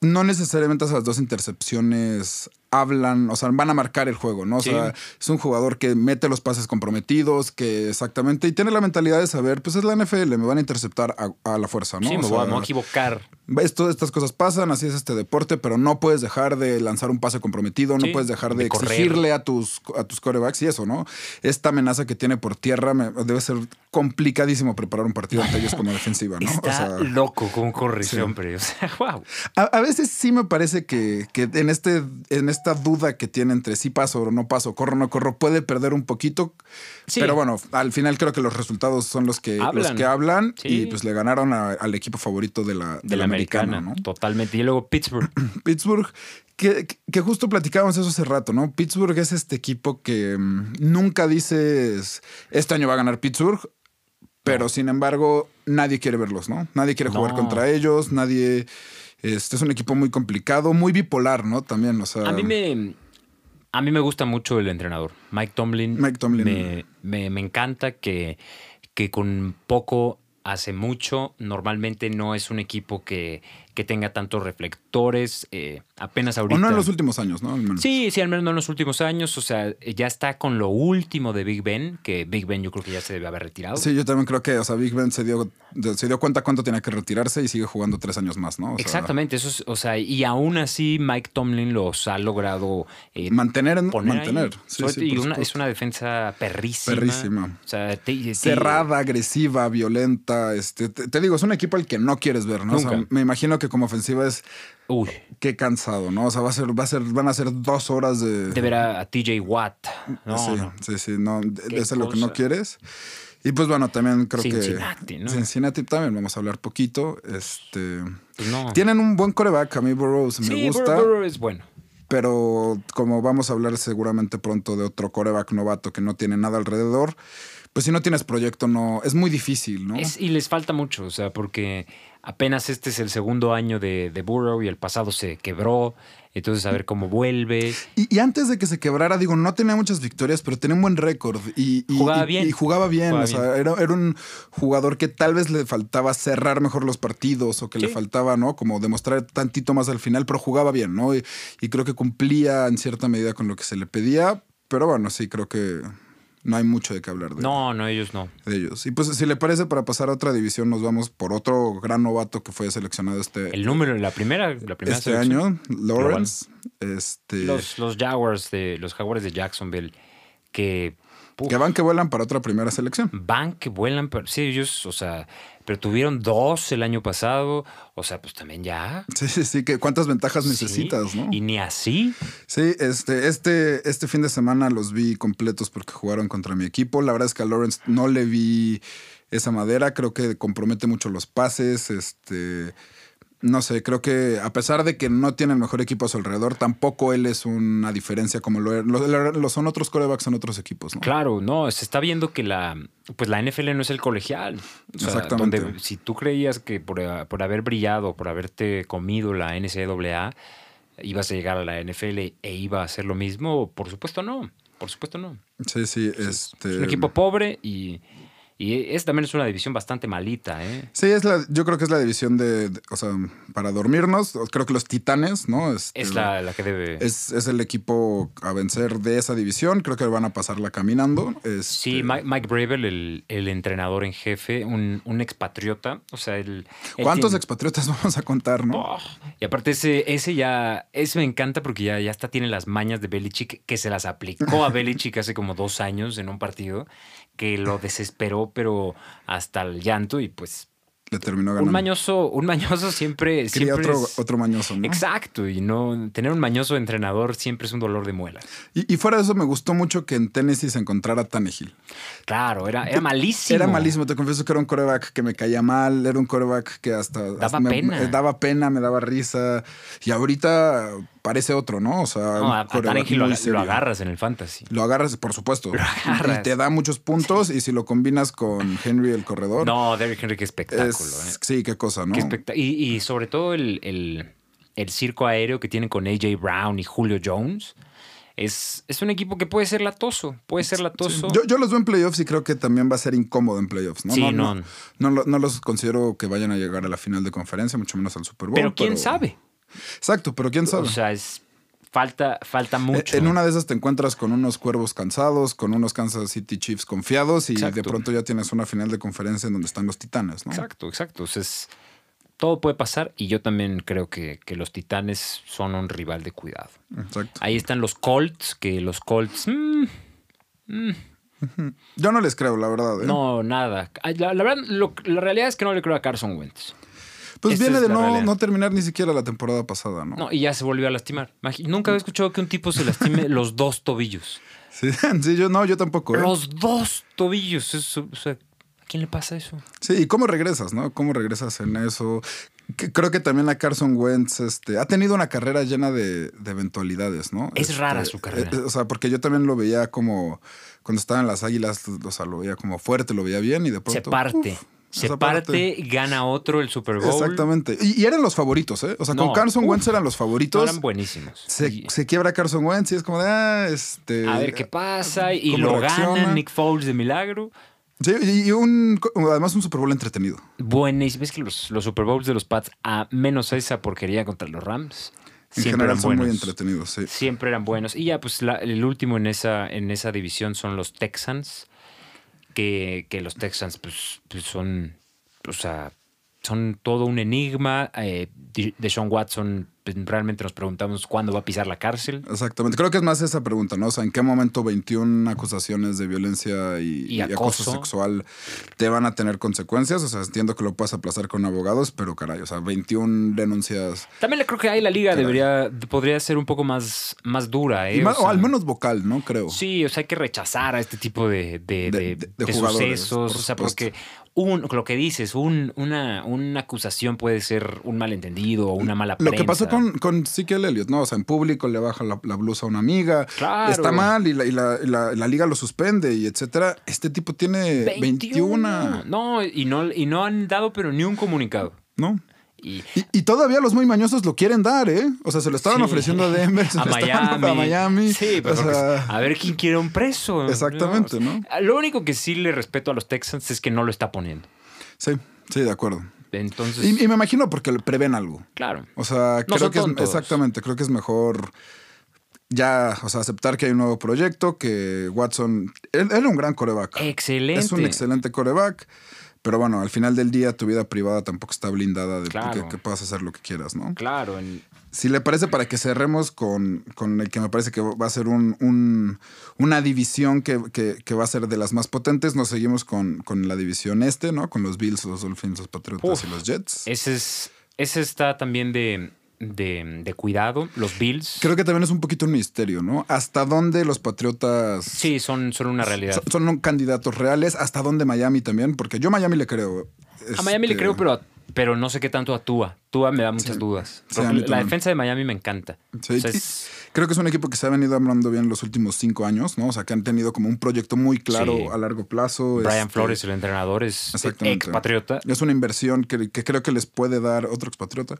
Speaker 2: no necesariamente esas dos intercepciones hablan, o sea, van a marcar el juego, ¿no? O
Speaker 1: Sí.
Speaker 2: sea, es un jugador que mete los pases comprometidos, que exactamente, y tiene la mentalidad de saber, pues es la NFL, me van a interceptar a, a la fuerza, ¿no?
Speaker 1: sí,
Speaker 2: O
Speaker 1: me voy, a-
Speaker 2: sea,
Speaker 1: me voy a equivocar.
Speaker 2: ves, todas estas cosas pasan, así es este deporte, pero no puedes dejar de lanzar un pase comprometido,
Speaker 1: Sí,
Speaker 2: no puedes dejar
Speaker 1: de
Speaker 2: de,
Speaker 1: correr.
Speaker 2: exigirle a tus, a tus corebacks y eso, ¿no? Esta amenaza que tiene por tierra me- debe ser complicadísimo preparar un partido ante ellos como defensiva, ¿no? O
Speaker 1: Está
Speaker 2: sea,
Speaker 1: loco con corre
Speaker 2: sí.
Speaker 1: ese hombre. O sea, [laughs] wow.
Speaker 2: a, a veces sí me parece que, que en, este, en esta duda que tiene entre si paso o no paso, corro o no corro, puede perder un poquito.
Speaker 1: Sí.
Speaker 2: Pero bueno, al final creo que los resultados son los que hablan,
Speaker 1: Hablan.
Speaker 2: los que hablan
Speaker 1: Sí.
Speaker 2: y pues le ganaron a- al equipo favorito de la, de
Speaker 1: De
Speaker 2: la
Speaker 1: la americana,
Speaker 2: americana, ¿no?
Speaker 1: totalmente. Y luego Pittsburgh.
Speaker 2: Pittsburgh, que, que justo platicábamos eso hace rato, ¿no? Pittsburgh es este equipo que mm, nunca dices, este año va a ganar Pittsburgh, pero sin embargo nadie quiere verlos, ¿no? Nadie quiere jugar
Speaker 1: No.
Speaker 2: contra ellos, nadie... Este es un equipo muy complicado, muy bipolar, ¿no? También, o sea...
Speaker 1: A mí me. A mí me gusta mucho el entrenador. Mike Tomlin.
Speaker 2: Mike Tomlin.
Speaker 1: Me, me- me encanta que, que con poco hace mucho. Normalmente no es un equipo que, que tenga tantos reflectores. eh, apenas ahorita.
Speaker 2: O no en los últimos años, ¿no? Al menos.
Speaker 1: Sí, sí, al menos no en los últimos años. O sea, ya está con lo último de Big Ben, que Big Ben yo creo que ya se debe haber retirado.
Speaker 2: Sí, yo también creo que, o sea, Big Ben se dio, se dio cuenta cuánto tenía que retirarse y sigue jugando tres años más, ¿no? O sea,
Speaker 1: Exactamente, eso es, o sea, y aún así Mike Tomlin los ha logrado eh,
Speaker 2: Mantener, en-
Speaker 1: poner
Speaker 2: mantener.
Speaker 1: ahí.
Speaker 2: Sí,
Speaker 1: Sobre-
Speaker 2: sí,
Speaker 1: y
Speaker 2: por
Speaker 1: una-
Speaker 2: supuesto.
Speaker 1: es una defensa perrísima.
Speaker 2: Perrísima.
Speaker 1: O sea, te- te-
Speaker 2: cerrada, agresiva, violenta. Este, te, te digo, es un equipo al que no quieres ver, ¿no? O sea,
Speaker 1: Nunca.
Speaker 2: me imagino que como ofensiva es
Speaker 1: Uy,
Speaker 2: qué cansado, ¿no? O sea, va a ser, va a ser, van a ser dos horas de.
Speaker 1: de ver a, a TJ Watt. No,
Speaker 2: sí,
Speaker 1: no.
Speaker 2: sí, sí, no, de-
Speaker 1: Qué
Speaker 2: de eso es lo que no
Speaker 1: cosa.
Speaker 2: quieres. Y pues bueno, también creo
Speaker 1: Cincinnati,
Speaker 2: que.
Speaker 1: ¿no?
Speaker 2: Cincinnati también, vamos a hablar poquito. Este.
Speaker 1: Pues no.
Speaker 2: Tienen un buen coreback, a mí Burrows me
Speaker 1: sí,
Speaker 2: gusta,
Speaker 1: Burrow- Burrow es bueno.
Speaker 2: pero como vamos a hablar seguramente pronto de otro coreback novato que no tiene nada alrededor, pues si no tienes proyecto, no, es muy difícil, ¿no?
Speaker 1: Es- y les falta mucho, o sea, porque apenas este es el segundo año de, de Burrow y el pasado se quebró. Entonces, a ver cómo vuelve.
Speaker 2: Y, y antes de que se quebrara, digo, no tenía muchas victorias, pero tenía un buen récord. Y, y-
Speaker 1: Jugaba
Speaker 2: y-
Speaker 1: bien.
Speaker 2: y jugaba bien.
Speaker 1: Jugaba
Speaker 2: o sea, era, era un jugador que tal vez le faltaba cerrar mejor los partidos o que
Speaker 1: Sí.
Speaker 2: le faltaba, ¿no? Como demostrar tantito más al final, pero jugaba bien, ¿no? Y, y creo que cumplía en cierta medida con lo que se le pedía. Pero bueno, sí, creo que no hay mucho de qué hablar de,
Speaker 1: No, no, ellos no.
Speaker 2: de ellos. Y pues si le parece, para pasar a otra división, nos vamos por otro gran novato que fue seleccionado este,
Speaker 1: El número, la primera, la primera
Speaker 2: este
Speaker 1: selección.
Speaker 2: año, Lawrence. Este,
Speaker 1: Los, los Jaguars de los Jaguares de Jacksonville que puf,
Speaker 2: Que van que vuelan para otra primera selección. [laughs]
Speaker 1: van que vuelan, pero sí ellos, o sea, pero tuvieron dos el año pasado, o sea, pues también ya
Speaker 2: Sí, sí, sí, que cuántas ventajas
Speaker 1: sí,
Speaker 2: necesitas, ¿no?
Speaker 1: Y ni así.
Speaker 2: Sí, este, este, este fin de semana los vi completos porque jugaron contra mi equipo. La verdad es que a Lawrence no le vi esa madera, creo que compromete mucho los pases, este. No sé, creo que a pesar de que no tiene el mejor equipo a su alrededor, tampoco él es una diferencia como lo, er- lo- lo- lo son otros corebacks en otros equipos, ¿no?
Speaker 1: Claro, no, se está viendo que la pues la NFL no es el colegial. O sea,
Speaker 2: Exactamente.
Speaker 1: Donde si tú creías que por, eh, por haber brillado, por haberte comido la NCAA, ibas a llegar a la NFL e iba a hacer lo mismo, por supuesto no, por supuesto no.
Speaker 2: Sí, sí, este.
Speaker 1: Es un equipo pobre y, y es, también es una división bastante malita, ¿eh?
Speaker 2: Sí, es la, yo creo que es la división de, de- o sea, para dormirnos, creo que los titanes, ¿no? Este,
Speaker 1: Es la, la que debe.
Speaker 2: Es, es el equipo a vencer de esa división. Creo que van a pasarla caminando. Este,
Speaker 1: Sí, Mi- Mike Bravel, el, el entrenador en jefe, un, un expatriota. O sea, el.
Speaker 2: ¿Cuántos expatriotas [laughs] vamos a contar, no?
Speaker 1: Oh, Y aparte, ese, ese ya. Ese me encanta porque ya, ya hasta tiene las mañas de Belichick, que se las aplicó a Belichick hace como dos años en un partido, que lo desesperó, pero hasta el llanto. Y pues,
Speaker 2: Le terminó ganando.
Speaker 1: un mañoso, un mañoso siempre.
Speaker 2: Quería
Speaker 1: siempre
Speaker 2: otro,
Speaker 1: es-
Speaker 2: otro mañoso, ¿no?
Speaker 1: Exacto, y no tener un mañoso entrenador siempre es un dolor de muela.
Speaker 2: Y, y fuera de eso, me gustó mucho que en Tennessee se encontrara Tannehill.
Speaker 1: Claro, era, era malísimo.
Speaker 2: Era malísimo, te confieso que era un coreback que me caía mal, era un coreback que hasta...
Speaker 1: Daba
Speaker 2: hasta me-
Speaker 1: pena.
Speaker 2: me daba pena, me daba risa. Y ahorita parece otro, ¿no? O sea,
Speaker 1: No,
Speaker 2: un
Speaker 1: a, a
Speaker 2: quarterback
Speaker 1: Tannehill lo,
Speaker 2: muy
Speaker 1: aga- lo
Speaker 2: serio.
Speaker 1: agarras en el fantasy.
Speaker 2: Lo agarras, por
Speaker 1: [laughs]
Speaker 2: supuesto.
Speaker 1: agarras.
Speaker 2: Y te da muchos puntos. Y si lo combinas con Henry el corredor,
Speaker 1: No, Derrick Henry, qué espectáculo.
Speaker 2: es-
Speaker 1: ¿eh?
Speaker 2: sí, qué cosa, ¿no?
Speaker 1: Qué espectá- y, y sobre todo el, el- el circo aéreo que tienen con AJ Brown y Julio Jones. Es, es un equipo que puede ser latoso, puede ser latoso.
Speaker 2: Yo, yo los veo en playoffs y creo que también va a ser incómodo en playoffs, ¿no?
Speaker 1: Sí,
Speaker 2: no,
Speaker 1: no.
Speaker 2: no, no lo- no los considero que vayan a llegar a la final de conferencia, mucho menos al Super Bowl.
Speaker 1: pero quién sabe.
Speaker 2: Exacto, pero quién sabe. E,
Speaker 1: O sea, es falta, falta mucho.
Speaker 2: En una de esas te encuentras con unos cuervos cansados, con unos Kansas City Chiefs confiados y de
Speaker 1: Exacto.
Speaker 2: pronto ya tienes una final de conferencia en donde están los titanes, ¿no?
Speaker 1: Exacto, exacto. O sea, es- todo puede pasar y yo también creo que, que los titanes son un rival de cuidado.
Speaker 2: Exacto.
Speaker 1: Ahí están los Colts, que los Colts... mm,
Speaker 2: Yo no les creo, la verdad. ¿eh?
Speaker 1: No, nada. Ay, La, la verdad, lo- la realidad es que no le creo a Carson Wentz.
Speaker 2: pues
Speaker 1: esa
Speaker 2: viene
Speaker 1: es
Speaker 2: de
Speaker 1: la
Speaker 2: no,
Speaker 1: realidad.
Speaker 2: no terminar ni siquiera la temporada pasada, ¿no?
Speaker 1: No, y ya se volvió a lastimar. Imagi- Nunca había escuchado que un tipo se
Speaker 2: [laughs]
Speaker 1: lastime los dos tobillos.
Speaker 2: Sí, [laughs] sí, yo no, yo tampoco. ¿eh?
Speaker 1: Los dos tobillos. Eso, o sea, ¿A quién le pasa eso?
Speaker 2: Sí, ¿y cómo regresas, no? ¿Cómo regresas en eso? Que- Creo que también a Carson Wentz este, ha tenido una carrera llena de, de eventualidades, ¿no?
Speaker 1: Es
Speaker 2: Este,
Speaker 1: rara su carrera.
Speaker 2: eh, eh, o sea, porque yo también lo veía como, cuando estaba en las Águilas, o sea, lo veía como fuerte, lo veía bien y de pronto...
Speaker 1: se parte.
Speaker 2: uf,
Speaker 1: se
Speaker 2: esa
Speaker 1: parte, gana otro el Super Bowl.
Speaker 2: Exactamente. Y, y eran los favoritos, ¿eh? O sea, con
Speaker 1: No,
Speaker 2: Carson
Speaker 1: uf,
Speaker 2: Wentz eran los
Speaker 1: No,
Speaker 2: favoritos.
Speaker 1: eran buenísimos.
Speaker 2: se,
Speaker 1: Y-
Speaker 2: se quiebra Carson Wentz y es como de, ah, este...
Speaker 1: a ver qué pasa. Y
Speaker 2: eh, ¿cómo
Speaker 1: lo
Speaker 2: reacciona?
Speaker 1: gana Nick Foles de milagro.
Speaker 2: Sí, y y un, además un Super Bowl entretenido.
Speaker 1: Buenísimo. Ves que los, los Super Bowls de los Pats, a menos esa porquería contra los Rams,
Speaker 2: En
Speaker 1: siempre
Speaker 2: general
Speaker 1: eran
Speaker 2: son
Speaker 1: buenos.
Speaker 2: muy entretenidos, sí.
Speaker 1: Siempre eran buenos. Y ya, pues la- el último en esa, en esa división son los Texans. Que, que los Texans, pues, pues, son. O sea, son todo un enigma. Eh, de Deshaun Watson, pues, realmente nos preguntamos cuándo va a pisar la cárcel.
Speaker 2: Exactamente. Creo que es más esa pregunta, ¿no? O sea, ¿en qué momento 21 acusaciones de violencia y,
Speaker 1: Y
Speaker 2: y acoso.
Speaker 1: acoso.
Speaker 2: sexual te van a tener consecuencias? O sea, entiendo que lo puedas aplazar con abogados, pero caray, o sea, 21 denuncias.
Speaker 1: También le creo que ahí la liga
Speaker 2: Caray.
Speaker 1: debería, podría ser un poco más, más dura. ¿eh?
Speaker 2: Y más-
Speaker 1: sea,
Speaker 2: o al menos vocal, ¿no? Creo.
Speaker 1: Sí, o sea, hay que rechazar a este tipo de, de,
Speaker 2: De-
Speaker 1: de-
Speaker 2: de- de
Speaker 1: de
Speaker 2: jugadores,
Speaker 1: sucesos.
Speaker 2: por
Speaker 1: o sea,
Speaker 2: supuesto.
Speaker 1: porque un, lo que dices, un- una, una acusación puede ser un malentendido o una mala
Speaker 2: Lo
Speaker 1: prensa.
Speaker 2: que pasó con, con Ezekiel Elliott, ¿no? O sea, en público le baja la, la blusa a una amiga.
Speaker 1: Claro.
Speaker 2: Está mal y la, y la- y la- la liga lo suspende y etcétera. Este tipo tiene 21,
Speaker 1: No, y no, y no han dado, pero ni un comunicado.
Speaker 2: ¿no?
Speaker 1: Y
Speaker 2: Y, y todavía los muy mañosos lo quieren dar, ¿eh? O sea, se lo estaban
Speaker 1: Sí.
Speaker 2: ofreciendo a Denver,
Speaker 1: [laughs]
Speaker 2: se
Speaker 1: a
Speaker 2: lo [laughs] estaban
Speaker 1: Miami.
Speaker 2: ofreciendo a Miami.
Speaker 1: Sí, pero ah.
Speaker 2: o sea,
Speaker 1: a ver quién quiere un preso.
Speaker 2: Exactamente,
Speaker 1: O sea, Lo único que sí le respeto a los Texans es que no lo está poniendo.
Speaker 2: sí, sí, de acuerdo.
Speaker 1: Entonces,
Speaker 2: Y, y me imagino porque le prevén algo.
Speaker 1: claro.
Speaker 2: O sea,
Speaker 1: No
Speaker 2: creo
Speaker 1: son
Speaker 2: que es,
Speaker 1: tontos.
Speaker 2: exactamente, creo que es mejor ya, o sea, aceptar que hay un nuevo proyecto, que Watson, él, él era un gran coreback.
Speaker 1: Excelente.
Speaker 2: Es un excelente coreback. Pero bueno, al final del día tu vida privada tampoco está blindada de
Speaker 1: Claro.
Speaker 2: que, que puedas hacer lo que quieras, ¿no?
Speaker 1: Claro, en-
Speaker 2: Si le parece, para que cerremos con, con el que me parece que va a ser un, un- una división que, que- que va a ser de las más potentes, nos seguimos con, con la división este, ¿no? Con los Bills, los Dolphins, los Patriotas
Speaker 1: Uf.
Speaker 2: y los Jets.
Speaker 1: ese, es, ese está también de, de- de cuidado. Los Bills.
Speaker 2: Creo que también es un poquito un misterio, ¿no? ¿Hasta dónde los Patriotas
Speaker 1: Sí, son, son una realidad.
Speaker 2: son, son un- candidatos reales? ¿Hasta dónde Miami también? Porque yo a Miami le creo.
Speaker 1: A Miami le
Speaker 2: Este,
Speaker 1: creo, pero, pero no sé qué tanto a Tua. Tua me da muchas dudas.
Speaker 2: Sí,
Speaker 1: Porque
Speaker 2: a mí
Speaker 1: la
Speaker 2: también.
Speaker 1: defensa de Miami me encanta.
Speaker 2: Sí,
Speaker 1: O sea,
Speaker 2: y-
Speaker 1: es-
Speaker 2: Creo que es un equipo que se ha venido hablando bien los últimos cinco años, ¿no? O sea, que han tenido como un proyecto muy claro
Speaker 1: Sí.
Speaker 2: a largo plazo.
Speaker 1: Brian
Speaker 2: este,
Speaker 1: Flores, el entrenador, es
Speaker 2: Exactamente.
Speaker 1: expatriota.
Speaker 2: Es una inversión que, que creo que les puede dar, otro expatriota,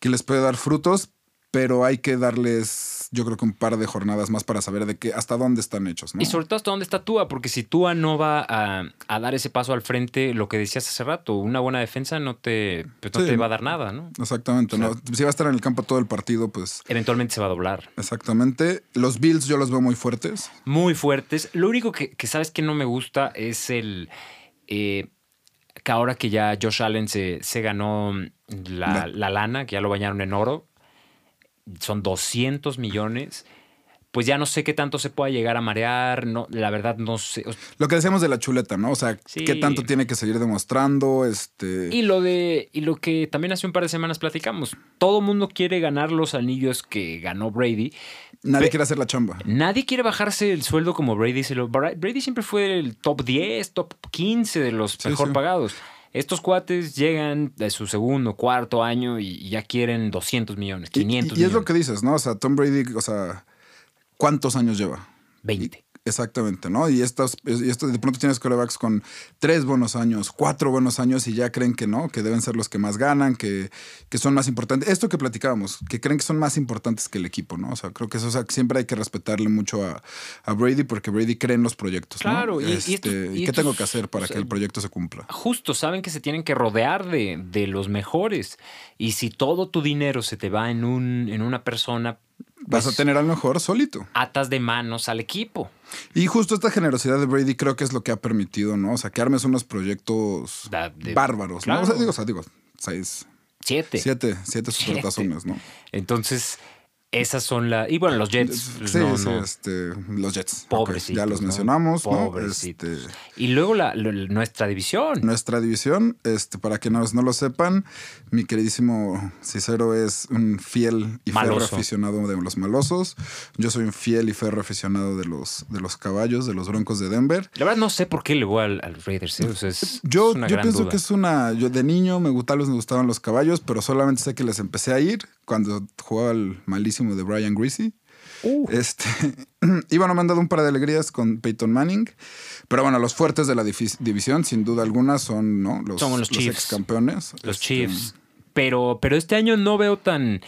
Speaker 2: que les puede dar frutos, pero hay que darles, yo creo que un par de jornadas más para saber de qué, hasta dónde están hechos, ¿no?
Speaker 1: Y sobre todo hasta dónde está Tua, porque si Tua no va a, a dar ese paso al frente, lo que decías hace rato, una buena defensa no te, pues no
Speaker 2: Sí.
Speaker 1: te va a dar nada, ¿no?
Speaker 2: Exactamente, ¿no? Si va a estar en el campo todo el partido, pues
Speaker 1: Eventualmente se va a doblar.
Speaker 2: exactamente. Los Bills yo los veo muy fuertes.
Speaker 1: Muy fuertes. Lo único que, que sabes que no me gusta es el. eh, que ahora que ya Josh Allen se, se ganó la,
Speaker 2: La-
Speaker 1: la lana, que ya lo bañaron en oro, son 200 millones. Pues ya no sé qué tanto se pueda llegar a marear. No, la verdad, no sé. O-
Speaker 2: Lo que decíamos de la chuleta, ¿no? O sea,
Speaker 1: Sí.
Speaker 2: qué tanto tiene que seguir demostrando, este...
Speaker 1: Y lo de y lo que también hace un par de semanas platicamos, todo mundo quiere ganar los anillos que ganó Brady.
Speaker 2: Nadie
Speaker 1: Pe-
Speaker 2: quiere hacer la chamba.
Speaker 1: Nadie quiere bajarse el sueldo como Brady. se lo- Bra- Brady siempre fue el top 10, top 15 de los
Speaker 2: Sí,
Speaker 1: mejor
Speaker 2: sí.
Speaker 1: pagados. Estos cuates llegan de su segundo, cuarto año y y ya quieren 200 millones,
Speaker 2: Y-
Speaker 1: 500
Speaker 2: y, y es
Speaker 1: millones,
Speaker 2: lo que dices, ¿no? O sea, Tom Brady, o sea, ¿cuántos años lleva?
Speaker 1: 20.
Speaker 2: Exactamente, ¿no? Y estas, y esto, de pronto tienes corebacks con tres buenos años, cuatro buenos años y ya creen que no, que deben ser los que más ganan, que, que son más importantes. Esto que platicábamos, que creen que son más importantes que el equipo, ¿no? O sea, creo que eso o sea, siempre hay que respetarle mucho a, a Brady porque Brady cree en los proyectos, ¿no?
Speaker 1: Claro, y- y
Speaker 2: Este,
Speaker 1: estos- y
Speaker 2: ¿Qué
Speaker 1: estos-
Speaker 2: tengo que hacer
Speaker 1: o
Speaker 2: para
Speaker 1: sea,
Speaker 2: que el proyecto se cumpla?
Speaker 1: Justo, saben que se tienen que rodear de, de los mejores. Y si todo tu dinero se te va en, un, en una persona,
Speaker 2: Vas a
Speaker 1: pues,
Speaker 2: tener al mejor solito.
Speaker 1: atas de manos al equipo.
Speaker 2: Y justo esta generosidad de Brady creo que es lo que ha permitido, ¿no? O sea, que armes unos proyectos
Speaker 1: Da- de-
Speaker 2: bárbaros, ¿no? O sea,
Speaker 1: Claro.
Speaker 2: digo, o sea, digo, seis,
Speaker 1: Siete.
Speaker 2: siete, siete supertazones, ¿no?
Speaker 1: Entonces, esas son las. Y bueno, los Jets. pues,
Speaker 2: sí,
Speaker 1: no,
Speaker 2: sí,
Speaker 1: no.
Speaker 2: este, los Jets.
Speaker 1: Pobrecitos,
Speaker 2: Ok, ya los
Speaker 1: ¿no?
Speaker 2: mencionamos, ¿no?
Speaker 1: Pobrecitos.
Speaker 2: Este,
Speaker 1: Y luego la, lo- lo- nuestra división.
Speaker 2: nuestra división, este, para quienes no lo sepan, mi queridísimo Cicero es un fiel y ferro
Speaker 1: Maloso.
Speaker 2: aficionado de los malosos. Yo soy un fiel y ferro aficionado de los, de los caballos, de los broncos de Denver.
Speaker 1: La verdad, no sé por qué le voy al, al Raiders. ¿eh? O sea, es,
Speaker 2: Yo,
Speaker 1: es una
Speaker 2: yo
Speaker 1: gran
Speaker 2: pienso
Speaker 1: duda.
Speaker 2: que es una. Yo de niño me gustaban, los- me gustaban los caballos, pero solamente sé que les empecé a ir cuando jugaba al malísimo de Brian Greasy.
Speaker 1: Uh,
Speaker 2: Este, [clears throat] y bueno, me han dado un par de alegrías con Peyton Manning. Pero bueno, los fuertes de la difi- división, sin duda alguna, son ¿no? los, Este,
Speaker 1: Son los Chiefs.
Speaker 2: campeones.
Speaker 1: los Chiefs. Pero, pero este año no veo tan.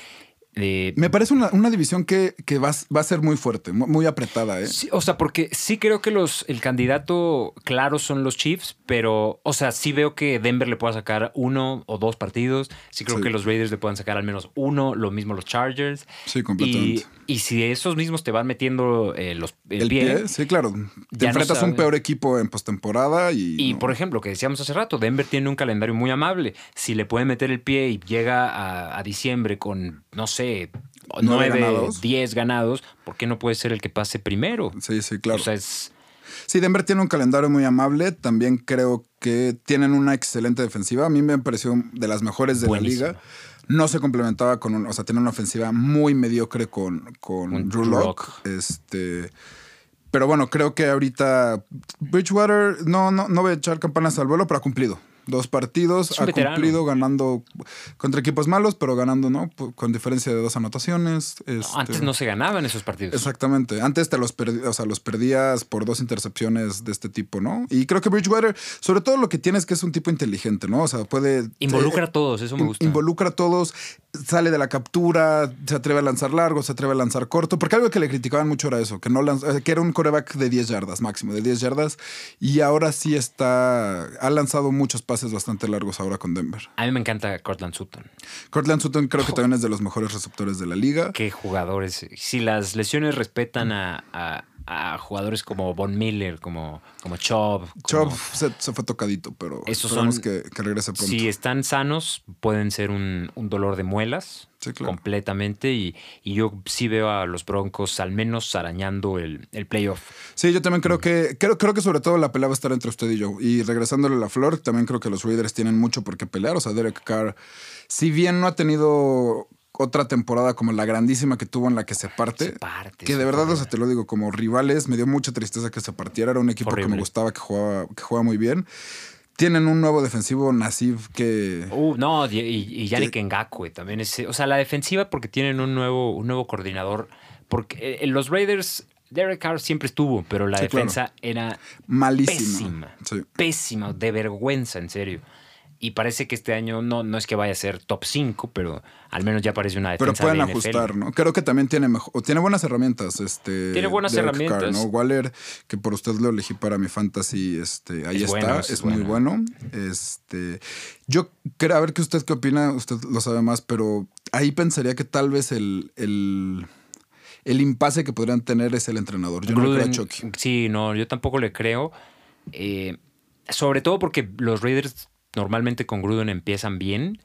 Speaker 1: eh,
Speaker 2: Me parece una, una división que, que va, a s- va a ser muy fuerte, mu- muy apretada. ¿eh?
Speaker 1: sí, o sea, porque sí creo que los el candidato claro son los Chiefs, pero, o sea, sí veo que Denver le pueda sacar uno o dos partidos. Sí creo
Speaker 2: Sí.
Speaker 1: que los Raiders le puedan sacar al menos uno, lo mismo los Chargers.
Speaker 2: Sí,
Speaker 1: Y,
Speaker 2: completamente.
Speaker 1: y si esos mismos te van metiendo eh, los, el,
Speaker 2: El
Speaker 1: pie,
Speaker 2: pie, sí, claro. Te
Speaker 1: Ya no
Speaker 2: enfrentas a un
Speaker 1: sabe.
Speaker 2: peor equipo en postemporada y.
Speaker 1: Y
Speaker 2: no.
Speaker 1: por ejemplo, que decíamos hace rato, Denver tiene un calendario muy amable. Si le puede meter el pie y llega a, a diciembre con, no sé,
Speaker 2: Nueve
Speaker 1: nueve,
Speaker 2: ganados.
Speaker 1: diez ganados, ¿por qué no puede ser el que pase primero?
Speaker 2: Sí, sí, claro.
Speaker 1: O sea, es
Speaker 2: Sí, Denver tiene un calendario muy amable. También creo que tienen una excelente defensiva. A mí me han parecido de las mejores de
Speaker 1: Buenísima.
Speaker 2: la liga. No se complementaba con, un- o sea, tiene una ofensiva muy mediocre con, con
Speaker 1: Con
Speaker 2: Drew
Speaker 1: Drew
Speaker 2: Lock. Este, pero bueno, creo que ahorita Bridgewater no, no, no voy a echar campanas al vuelo, pero ha cumplido. Dos partidos,
Speaker 1: Es un
Speaker 2: ha
Speaker 1: veterano.
Speaker 2: cumplido ganando contra equipos malos, pero ganando, ¿no? P- Con diferencia de dos anotaciones. este-
Speaker 1: antes no se ganaban esos partidos.
Speaker 2: Exactamente. Antes te los, perdi- o sea, los perdías por dos intercepciones de este tipo, ¿no? Y creo que Bridgewater, sobre todo lo que tienes que es un tipo inteligente, ¿no? O sea, puede...
Speaker 1: Involucra
Speaker 2: eh,
Speaker 1: a todos, eso me
Speaker 2: in-
Speaker 1: gusta.
Speaker 2: Involucra a todos, sale de la captura, se atreve a lanzar largo, se atreve a lanzar corto, porque algo que le criticaban mucho era eso, que no lanz- eh, que era un coreback de 10 yardas máximo, de 10 yardas, y ahora sí está, ha lanzado muchos pases bastante largos ahora con Denver.
Speaker 1: A mí me encanta Cortland Sutton.
Speaker 2: Cortland Sutton creo que también es de los mejores receptores de la liga.
Speaker 1: Qué jugadores. Si las lesiones respetan a, a- a jugadores como Von Miller, como, como Chubb. como-
Speaker 2: Chop se, se fue tocadito, pero
Speaker 1: Esos
Speaker 2: esperemos
Speaker 1: son-
Speaker 2: que, que regrese pronto.
Speaker 1: Si están sanos, pueden ser un, un dolor de muelas
Speaker 2: Sí, claro.
Speaker 1: completamente. Y, y yo sí veo a los Broncos al menos arañando el, el playoff.
Speaker 2: Sí, yo también creo que, creo, creo que sobre todo la pelea va a estar entre usted y yo. Y regresándole a la flor, también creo que los Raiders tienen mucho por qué pelear. O sea, Derek Carr, si bien no ha tenido otra temporada como la grandísima que tuvo en la que se parte,
Speaker 1: Se parte,
Speaker 2: que
Speaker 1: se
Speaker 2: de verdad,
Speaker 1: parte.
Speaker 2: o sea, te lo digo, como rivales, me dio mucha tristeza que se partiera. Era un equipo que
Speaker 1: Horrible.
Speaker 2: me gustaba, que jugaba, que jugaba muy bien. Tienen un nuevo defensivo, Nasif, que...
Speaker 1: Uh, no, y, y y Yannick Ngakwe también. Es, o sea, la defensiva porque tienen un nuevo, un nuevo coordinador. Porque eh, los Raiders, Derek Carr siempre estuvo, pero la
Speaker 2: Sí, claro.
Speaker 1: defensa era
Speaker 2: malísima.
Speaker 1: pésima.
Speaker 2: Sí.
Speaker 1: Pésima, de vergüenza, en serio. Y parece que este año no, no es que vaya a ser top 5, pero al menos ya parece una
Speaker 2: Pero
Speaker 1: defensa
Speaker 2: pueden
Speaker 1: de NFL.
Speaker 2: ajustar, ¿no? Creo que también tiene mejor, o tiene buenas herramientas. Este,
Speaker 1: Tiene buenas
Speaker 2: Derek
Speaker 1: herramientas.
Speaker 2: Carr, ¿no? Waller, que por usted lo elegí para mi fantasy, este, ahí
Speaker 1: Es
Speaker 2: está,
Speaker 1: bueno, es
Speaker 2: es, muy
Speaker 1: bueno.
Speaker 2: bueno. Este, yo creo, a ver qué usted qué opina, usted lo sabe más, pero ahí pensaría que tal vez el, el, el impasse que podrían tener es el entrenador. Yo no le creo a
Speaker 1: Gruden,
Speaker 2: Chucky.
Speaker 1: Sí, no, yo tampoco le creo. Eh, sobre todo porque los Raiders normalmente con Gruden empiezan bien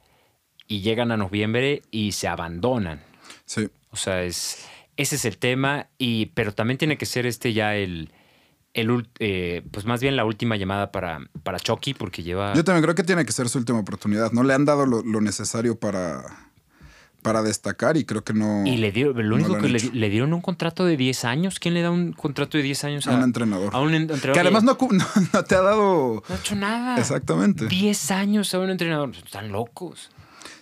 Speaker 1: y llegan a noviembre y se abandonan.
Speaker 2: Sí.
Speaker 1: O sea, es, ese es el tema, y, pero también tiene que ser este ya el, el ult- eh, pues más bien la última llamada para, para Chucky porque lleva...
Speaker 2: Yo también creo que tiene que ser su última oportunidad. No le han dado lo, lo necesario para, para destacar y creo que no.
Speaker 1: Y le dio, lo
Speaker 2: no
Speaker 1: único
Speaker 2: lo han
Speaker 1: que le,
Speaker 2: hecho.
Speaker 1: le dieron un contrato de 10 años. ¿Quién le da un contrato de 10 años
Speaker 2: A
Speaker 1: a,
Speaker 2: un entrenador.
Speaker 1: a un en- entrenador?
Speaker 2: Que además no, cu- [laughs] no, no te ha dado.
Speaker 1: no ha hecho nada.
Speaker 2: Exactamente.
Speaker 1: 10 años a un entrenador. Están locos.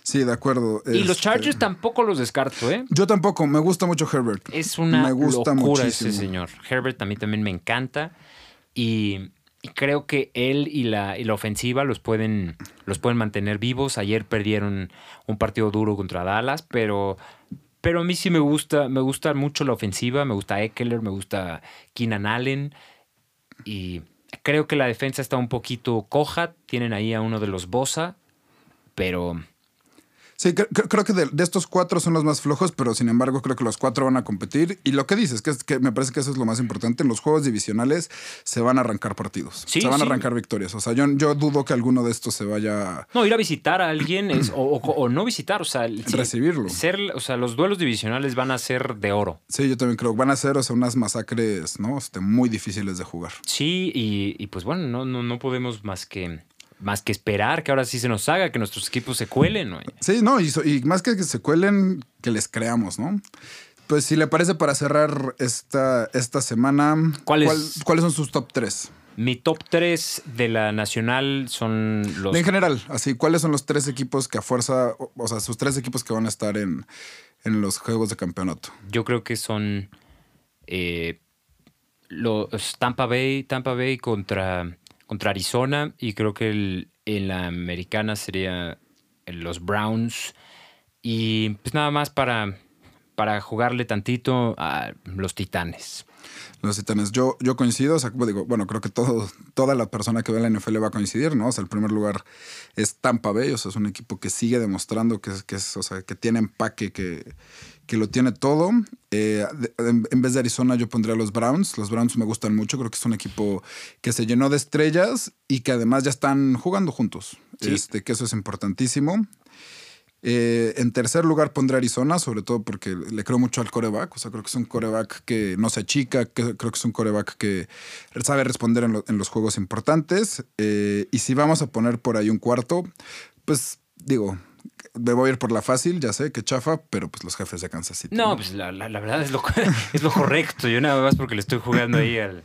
Speaker 2: Sí, de acuerdo.
Speaker 1: Y los
Speaker 2: Este,
Speaker 1: Chargers Eh. tampoco los descarto, ¿eh?
Speaker 2: Yo tampoco, me gusta mucho Herbert.
Speaker 1: Es una
Speaker 2: Me gusta
Speaker 1: locura
Speaker 2: muchísimo.
Speaker 1: ese señor. Herbert a mí también me encanta. Y, y creo que él y la, y la ofensiva los pueden, los pueden mantener vivos. Ayer perdieron un partido duro contra Dallas, pero, pero a mí sí me gusta, me gusta mucho la ofensiva. Me gusta Eckler, me gusta Keenan Allen. Y creo que la defensa está un poquito coja. Tienen ahí a uno de los Bosa, pero...
Speaker 2: Sí, cre- cre- creo que de, de estos cuatro son los más flojos, pero sin embargo creo que los cuatro van a competir. Y lo que dices, que, es, que me parece que eso es lo más importante, en los juegos divisionales se van a arrancar partidos,
Speaker 1: Sí,
Speaker 2: se van
Speaker 1: sí.
Speaker 2: a arrancar victorias. O sea, yo, yo dudo que alguno de estos se vaya...
Speaker 1: No, ir a visitar a alguien es, o, o- o no visitar, o sea, el- sí,
Speaker 2: Recibirlo.
Speaker 1: Ser, o sea, los duelos divisionales van a ser de oro.
Speaker 2: Sí, yo también creo, van a ser o sea, unas masacres ¿no? Este, muy difíciles de jugar.
Speaker 1: Sí, y, y pues bueno, no, no, no podemos más que, más que esperar que ahora sí se nos haga, que nuestros equipos se cuelen. güey.
Speaker 2: Sí, no, y, so- y más que que se cuelen, que les creamos, ¿no? Pues si le parece para cerrar esta, esta semana,
Speaker 1: ¿Cuál es?
Speaker 2: ¿cuáles son sus top 3?
Speaker 1: Mi top 3 de la nacional son los...
Speaker 2: En general, así, ¿cuáles son los tres equipos que a fuerza, o, o sea, sus tres equipos que van a estar en, en los juegos de campeonato?
Speaker 1: Yo creo que son eh, los Tampa Bay, Tampa Bay contra, contra Arizona y creo que el, en la americana sería los Browns. Y pues nada más para, para jugarle tantito a los Titanes.
Speaker 2: Los titanes, yo, yo coincido, o sea, como digo, bueno, creo que todo, toda la persona que ve la NFL va a coincidir, ¿no? O sea, el primer lugar es Tampa Bay, o sea, es un equipo que sigue demostrando que, es- que es, o sea, que tiene empaque, que, que lo tiene todo. Eh, de- en, en vez de Arizona, yo pondría a los Browns. Los Browns me gustan mucho, creo que es un equipo que se llenó de estrellas y que además ya están jugando juntos.
Speaker 1: Sí.
Speaker 2: Este, que eso es importantísimo. Eh, en tercer lugar pondré Arizona, sobre todo porque le creo mucho al coreback. O sea, creo que es un coreback que no se achica, que creo que es un coreback que sabe responder en, lo- en los juegos importantes. Eh, y si vamos a poner por ahí un cuarto, pues digo, me voy a ir por la fácil, ya sé que chafa, pero pues los jefes de Kansas City.
Speaker 1: No, pues la, la- la verdad es lo, [laughs] es lo correcto. Yo nada más porque le estoy jugando ahí al,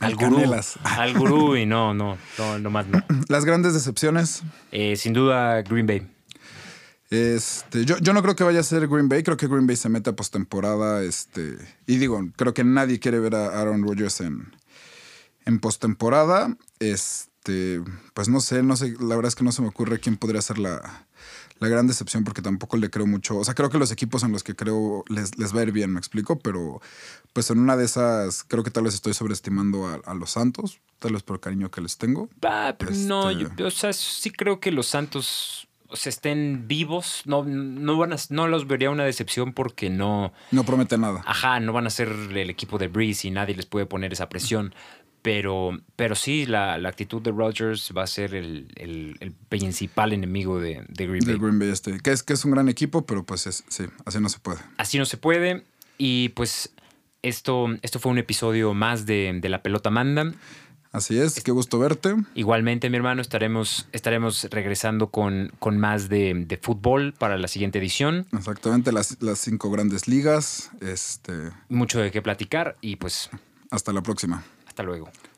Speaker 1: al
Speaker 2: Al
Speaker 1: gurú.
Speaker 2: Canelas.
Speaker 1: Al gurú y no, no, no, no
Speaker 2: [laughs]
Speaker 1: más no.
Speaker 2: Las grandes decepciones.
Speaker 1: Eh, sin duda Green Bay.
Speaker 2: Este, yo, yo no creo que vaya a ser Green Bay, creo que Green Bay se mete a postemporada, este, y digo, creo que nadie quiere ver a Aaron Rodgers en, en postemporada. Este, Este, pues no sé, no sé, la verdad es que no se me ocurre quién podría ser la, la gran decepción porque tampoco le creo mucho. O sea, creo que los equipos en los que creo les, les va a ir bien, me explico, pero pues en una de esas creo que tal vez estoy sobreestimando a, a los Santos, tal vez por el cariño que les tengo.
Speaker 1: Ah, pero no,
Speaker 2: Este-
Speaker 1: yo, yo, o sea, sí creo que los Santos o sea, estén vivos. No, no, van a, no los vería una decepción porque no.
Speaker 2: No promete nada.
Speaker 1: Ajá, no van a ser el equipo de Breeze y nadie les puede poner esa presión. Pero, pero sí, la, la actitud de Rodgers va a ser el, el- el principal enemigo de, de Green
Speaker 2: Del
Speaker 1: Bay.
Speaker 2: Green Bay este, que es, que es un gran equipo, pero pues es- sí, así no se puede.
Speaker 1: Así no se puede. Y pues esto, esto fue un episodio más de, de La Pelota Manda.
Speaker 2: Así es, qué gusto verte.
Speaker 1: Igualmente, mi hermano, estaremos, estaremos regresando con, con más de, de fútbol para la siguiente edición.
Speaker 2: Exactamente, las, las cinco grandes ligas. Este,
Speaker 1: Mucho de qué platicar y pues
Speaker 2: hasta la próxima.
Speaker 1: hasta luego.